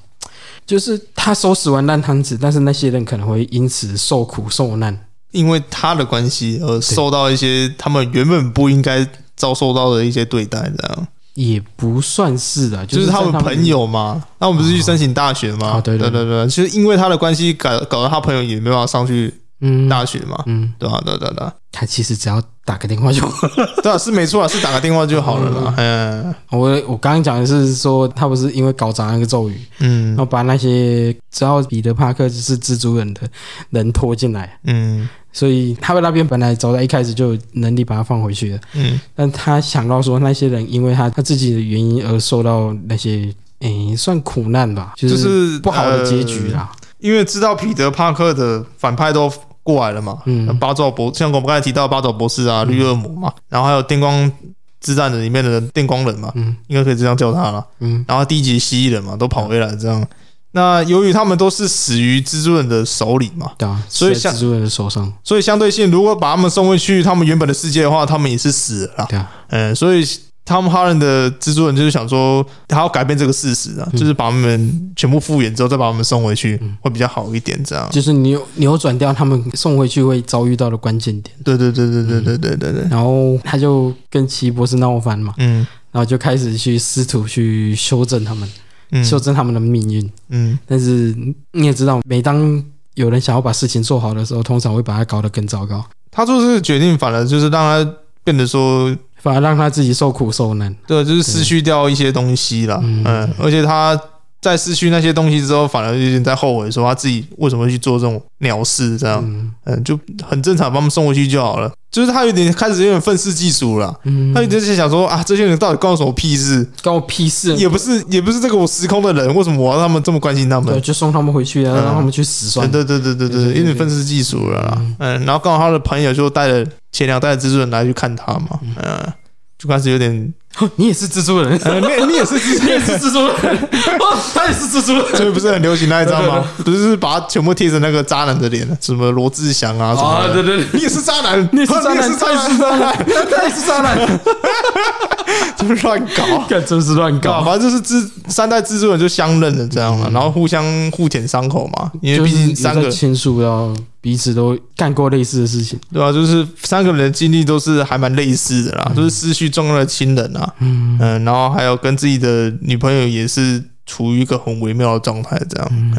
就是他收拾完烂摊子，但是那些人可能会因此受苦受难，因为他的关系而受到一些他们原本不应该遭受到的一些对待，这样也不算是的，就是是他在们们朋友嘛。那我们不是去申请大学嘛？哦对对对对对，就是因为他的关系搞搞得他朋友也没办法上去嗯大学嘛，嗯，对吧、对对对，他其实只要打个电话就。对啊，是没错啊，是打个电话就好了啦。嗯 我我刚刚讲的是说，他不是因为搞砸那个咒语，然嗯后把那些知道彼得帕克是蜘蛛人的人拖进来，嗯所以他们那边本来早在一开始就有能力把他放回去的，嗯但他想到说那些人因为他他自己的原因而受到那些诶、算苦难吧，就就是不好的结局啦。因为知道彼得帕克的反派都过来了嘛，嗯八爪博像我们刚才提到八爪博士啊、绿恶魔嘛，然后还有电光之战的里面的电光人嘛，嗯应该可以这样叫他了。嗯然后第一集蜥蜴人嘛，都跑回来这样。那由于他们都是死于蜘蛛人的手里嘛，对啊，所以死在像哦蜘蛛人的手上，所以相对性，如果把他们送回去他们原本的世界的话，他们也是死了啦。对啊，嗯，所以汤姆哈兰的蜘蛛人就是想说，他要改变这个事实啊，就是把他们全部复原之后，再把他们送回去，会比较好一点。这样，就是扭扭转掉他们送回去会遭遇到的关键点。对对对对对对对对对，然后他就跟奇异博士闹翻嘛，嗯然后就开始去试图去修正他们，嗯修正他们的命运。嗯但是你也知道，每当有人想要把事情做好的时候，通常会把它搞得更糟糕，他做这个决定，反而就是让他变得说，反而让他自己受苦受难。对，就是失去掉一些东西啦。嗯嗯，而且他在失去那些东西之后，反而有点在后悔，说他自己为什么会去做这种鸟事，这样，嗯嗯，就很正常，把他们送回去就好了。就是他有点开始有点愤世嫉俗了。嗯他，一直在想说啊，这些人到底关我什么屁事？关我屁事！也不是也不是这个我时空的人，为什么我要让他们这么关心他对，们？就送他们回去啊，嗯让他们去死算对了。对对对对对对对，对有点愤世嫉俗了啦。嗯，然后刚好他的朋友就带了前两代的蜘蛛人来去看他嘛，嗯，就开始有点，你也是蜘蛛 人，呃，你你也是蜘蛛你也人，是蜘蛛人， 哦，他也是蜘蛛人。 所以不是很流行那一张吗？不是把它全部贴成那个渣男的脸，什么罗志祥啊什 啊，么对的。对对，你也是渣男， 你也是渣 你也男，啊是渣他也是渣男，男， 他也是渣男，怎么乱搞？ 干真是乱啊，搞。嗯反正就是蜘三代蜘蛛人就相认了这样了，然后互相互舔伤口嘛，因为就毕是竟有三个在倾诉到彼此都干过类似的事情，对吧、啊就是三个人的经历都是还蛮类似的啦，就是失去重要的亲人啊，嗯然后还有跟自己的女朋友也是处于一个很微妙的状态，这样，嗯、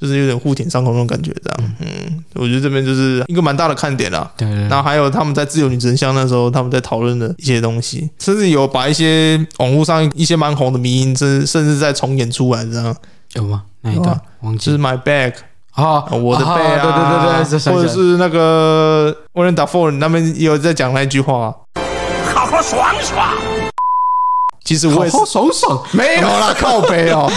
就是有点互舔伤口那种感觉，这样，嗯，我觉得这边就是一个蛮大的看点啦。对对然对，后还有他们在自由女神像那时候，他们在讨论的一些东西，甚至有把一些网络上一些蛮红的迷音，甚甚至在重演出来，这样，有吗？那一有段啊忘就记是 my back，啊啊我的背对对对对，想或起者来是那个 Warren d a f o r 那边也有在讲那一句话、啊。好好爽爽。其实我也是好好爽爽，没有 啦，靠北哦，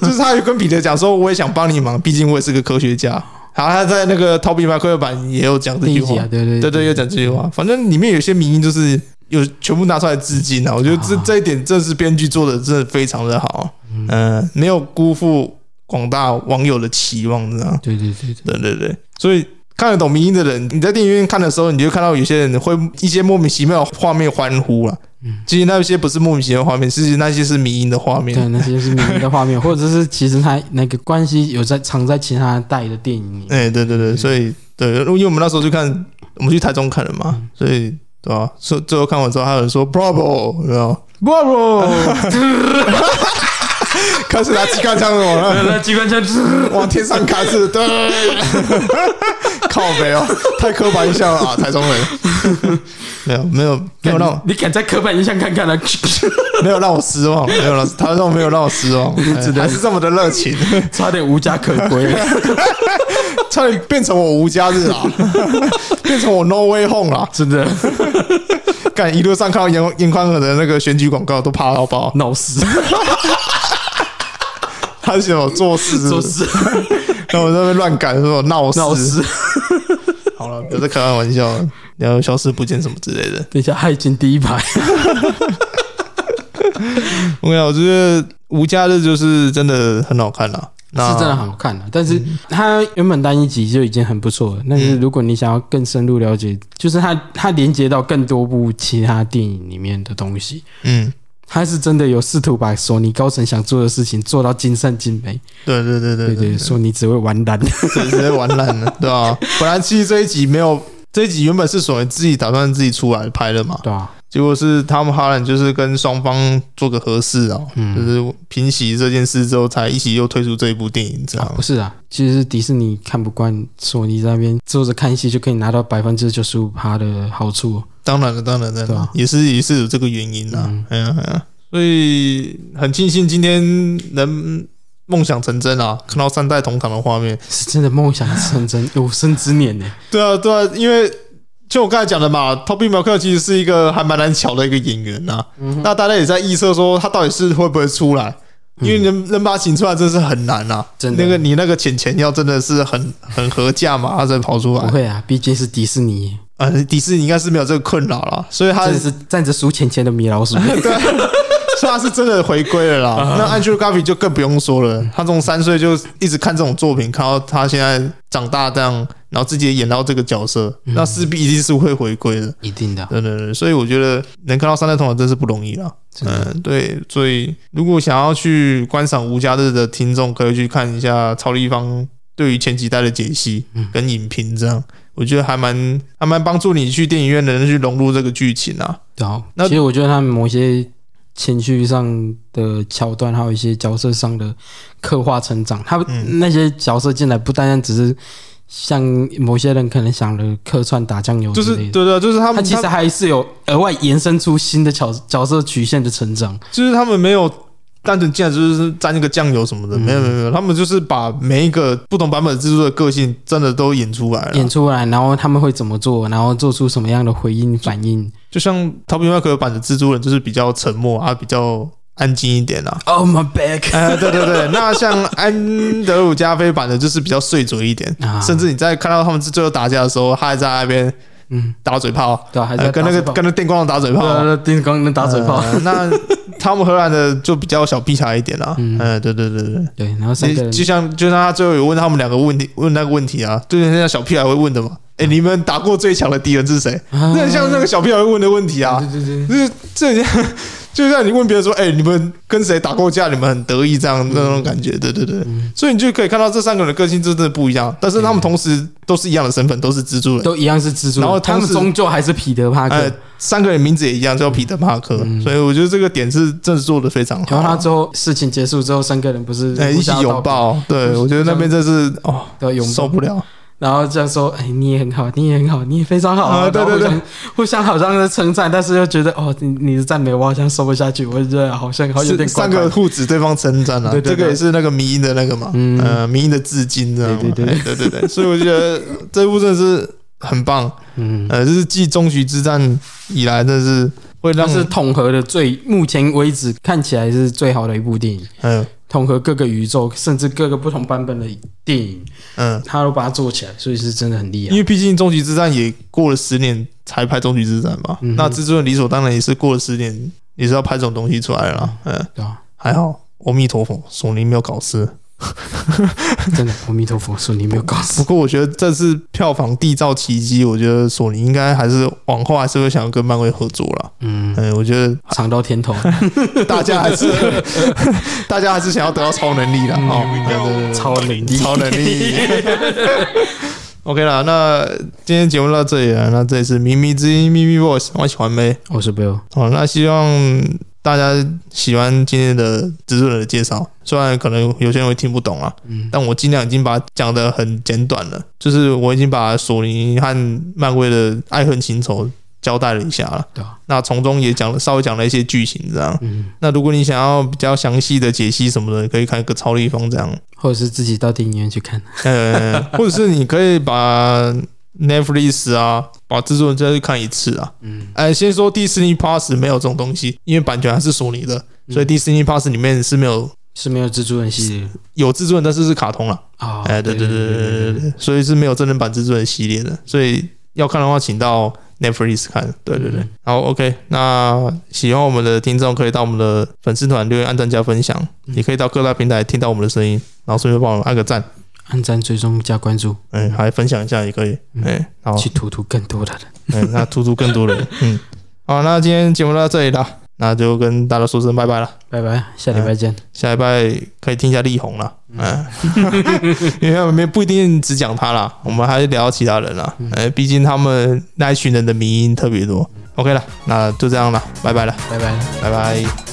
就是他有跟彼得讲说，我也想帮你忙，毕竟我也是个科学家。然后他在那个逃避麦克版也有讲这第句一话集，啊，对对对对，有讲这句话。反正里面有些名音就是有全部拿出来致敬啊，我觉得这啊这一点正是编剧做的真的非常的好，嗯，没有辜负广大网友的期望，这样。对对对对，对对对，所以看得懂民音的人，你在电影院看的时候，你就看到有些人会一些莫名其妙的画面欢呼了。其实那些不是莫名其妙的画面，是那些是民音的画面。对那些是名的画面，或者是其实他那个关系有在藏在其他代的电影里，哎、对对对，所以对，因为我们那时候就看，我们去台中看了嘛，所以对吧、所以最后看完之后，还有人说 “Bravo”，然后不不，开始拿机关枪了，然后 那机关枪哦往天上开始，对， 靠北哦，太刻板印象了啊，台中人。 没有没有没有让我你敢在刻板印象看看了？啊 没有让我失望，没有让台中没有让我失望， 哎只能还是这么的热 情， 差点无家可 归，差点变成我无家 日啊，变成我 No Way Home 啦。真的 干一路上看到严严宽和的那个选举广告都怕到爆，闹事，他是想我做事是做不是，事然后我在那边乱赶，说我闹事， 闹事。好了，不要再开玩笑了，然后消失不见什么之类的。等一下，他已经第 一排，我跟你讲，我觉得无家日就是真的很好看啦，那是真的很好看的、但是它原本单一集就已经很不错了。但是如果你想要更深入了解，就是它它连接到更多部其他电影里面的东西，嗯，他是真的有试图把索尼高层想做的事情做到尽善尽美。对对对对对对，索尼只会玩烂。直接玩烂了，对吧、本来其实这一集没有，这一集原本是索尼自己打算自己出来拍的嘛，对啊，结果是汤姆哈兰就是跟双方做个合适啊，嗯就是平息这件事之后，才一起又推出这一部电影，这样、啊不是啊，其实是迪士尼看不惯索尼在那边坐着看戏就可以拿到百分之九十五趴的好处。当然了，当然了，对啊也是也是有这个原因啦嗯。哎呀哎呀，所以很庆幸今天能梦想成真啊，看到三代同堂的画面。是真的梦想成真，有生之年欸呢。对啊，对啊，因为就我刚才讲的嘛，Toby m a c 其实是一个还蛮难瞧的一个演员呐、嗯那大家也在预测说他到底是会不会出来，因为能能把他请出来真是很难啊。嗯真的那个你那个钱钱要真的是很很合价嘛，他才跑出不来。会啊，毕竟是迪士尼，呃，迪士尼应该是没有这个困扰啦，所以他真的是站着数钱钱的米老鼠。所以他是真的回归了 啦。那 Andrew Garfield 就更不用说了，他从三岁就一直看这种作品，看到他现在长大这样，然后自己也演到这个角色，嗯那势必一定是会回归的。一定的，啊对对对，所以我觉得能看到三代同堂真是不容易啦。真的嗯，对，所以如果想要去观赏无家日的听众，可以去看一下超立方对于前几代的解析嗯跟影评，这样我觉得还蛮还蛮帮助你去电影院能去融入这个剧情啊。对啊。那其实我觉得他们某些情绪上的桥段，还有一些角色上的刻画成长，他们那些角色进来不单单只是像某些人可能想的客串打酱油就之是类哦的。对对，就是他他们其实还是有额外延伸出新的角角色曲线的成长，就是他们没有单纯进来就是沾一个酱油什么的，没有没有嗯没有，他们就是把每一个不同版本蜘蛛的个性真的都演出来了。演出来，然后他们会怎么做，然后做出什么样的回应反应。就像逃避麦克版的蜘蛛人，就是比较沉默啊，比较安静一点啦、 Oh my back！ 哎，对对对，那像安德鲁加菲版的，就是比较碎嘴一点，啊甚至你在看到他们最后打架的时候，他还在那边嗯，打嘴炮，对啊，还呃在跟那个打嘴炮跟那电光打嘴炮。啊对对，叮咣能打嘴炮。呃那汤姆荷兰的就比较小屁孩一点啦、嗯、嗯对对对对，对，然后三个你人就像就像他最后有问他们两个问题，问那个问题啊，就是像小屁孩会问的嘛。哎、你们打过最强的敌人是谁？嗯啊那很像那个小屁孩会问的问题啊。对对对，就是这很像，就像你问别人说：“哎、你们跟谁打过架？你们很得意这样那种感觉。”对对对，嗯所以你就可以看到这三个人的个性真的不一样，但是他们同时都是一样的身份，都是蜘蛛人。都一样是蜘蛛，然后他们同时终究还是彼得帕克。嗯呃，三个人名字也一样，叫彼得·帕克，所以我觉得这个点是真的做的非常好。然后他最后事情结束之后，三个人不是哎、一互起相道别拥，抱，对我觉得那边真是哦，对，拥受抱，不了。然后这样说：“哎，你也很好，你也很好，你也非常好。”啊对然后对互对相，互相好像在称赞，但是又觉得哦，你你的赞美我好像收不下去，我觉得好像好像有是点怪三怪个的互指对方称赞啊，对对这对个也是那个迷因的那个嘛，嗯呃，迷因的致敬，这样嘛对对对哎对对对，所以我觉得这部真的是很棒，嗯，呃，这是继终局之战以来，真的是会让但是统合的最目前为止看起来是最好的一部电影，嗯统合各个宇宙甚至各个不同版本的电影，嗯，他都把它做起来，所以是真的很厉害因。为毕竟终局之战也过了十年才拍终局之战嘛，嗯哼那蜘蛛人理所当然也是过了十年也是要拍这种东西出来了啦，嗯，对吧？还好。阿弥陀佛，索尼没有搞事。真的，阿弥陀佛，说你没有搞死不。过我觉得这次票房缔造奇迹，我觉得索尼应该还是往后还是会想要跟漫威合作啦。嗯，嗯，我觉得尝 到甜头。嗯大家还是 大家还是想要得到超能力的哦，嗯对超能力对对， 超能 力。OK 啦，那今天节目到这里了，那这里是咪咪之音咪咪 Voice，我喜欢呗。我是 Bill，好，那希望大家喜欢今天的蜘蛛人的介绍，虽然可能有些人会听不懂啊，嗯但我尽量已经把它讲得很简短了，就是我已经把索尼和漫威的爱恨情仇交代了一下了。对啊，那从中也讲了稍微讲了一些剧情这样。嗯，那如果你想要比较详细的解析什么的，可以看个超立方这样，或者是自己到电影院去看。呃， 或者是你可以把 Netflix 啊，把制作人再去看一次啊。嗯，哎，先说迪士尼 Plus 没有这种东西，因为版权还是索尼的，所以迪士尼 Plus 里面是没有是没有蜘蛛人系列有制作人，但是是卡通了。啊。哎，对对对对对对对，对，所以是没有真人版制作人系列的，所以要看的话，请到 Netflix 看。对对对嗯，好，OK，那喜欢我们的听众可以到我们的粉丝团留言、按赞、加分享，也可以到各大平台听到我们的声音，然后顺便帮我们按个赞，按赞、追踪、加关注，嗯，还分享一下也可以，哎，好，去突突更多的人。嗯，那突出更多人，嗯，好，那今天节目到这里啦，那就跟大家说声拜拜了。拜拜，下哎礼拜见。下礼拜可以听一下力宏了，嗯， 因为我们不一定只讲他啦，我们还是聊到其他人啦，呃，毕竟他们那一群人的迷音特别多。OK 了，那就这样了，拜拜了，拜拜。拜拜。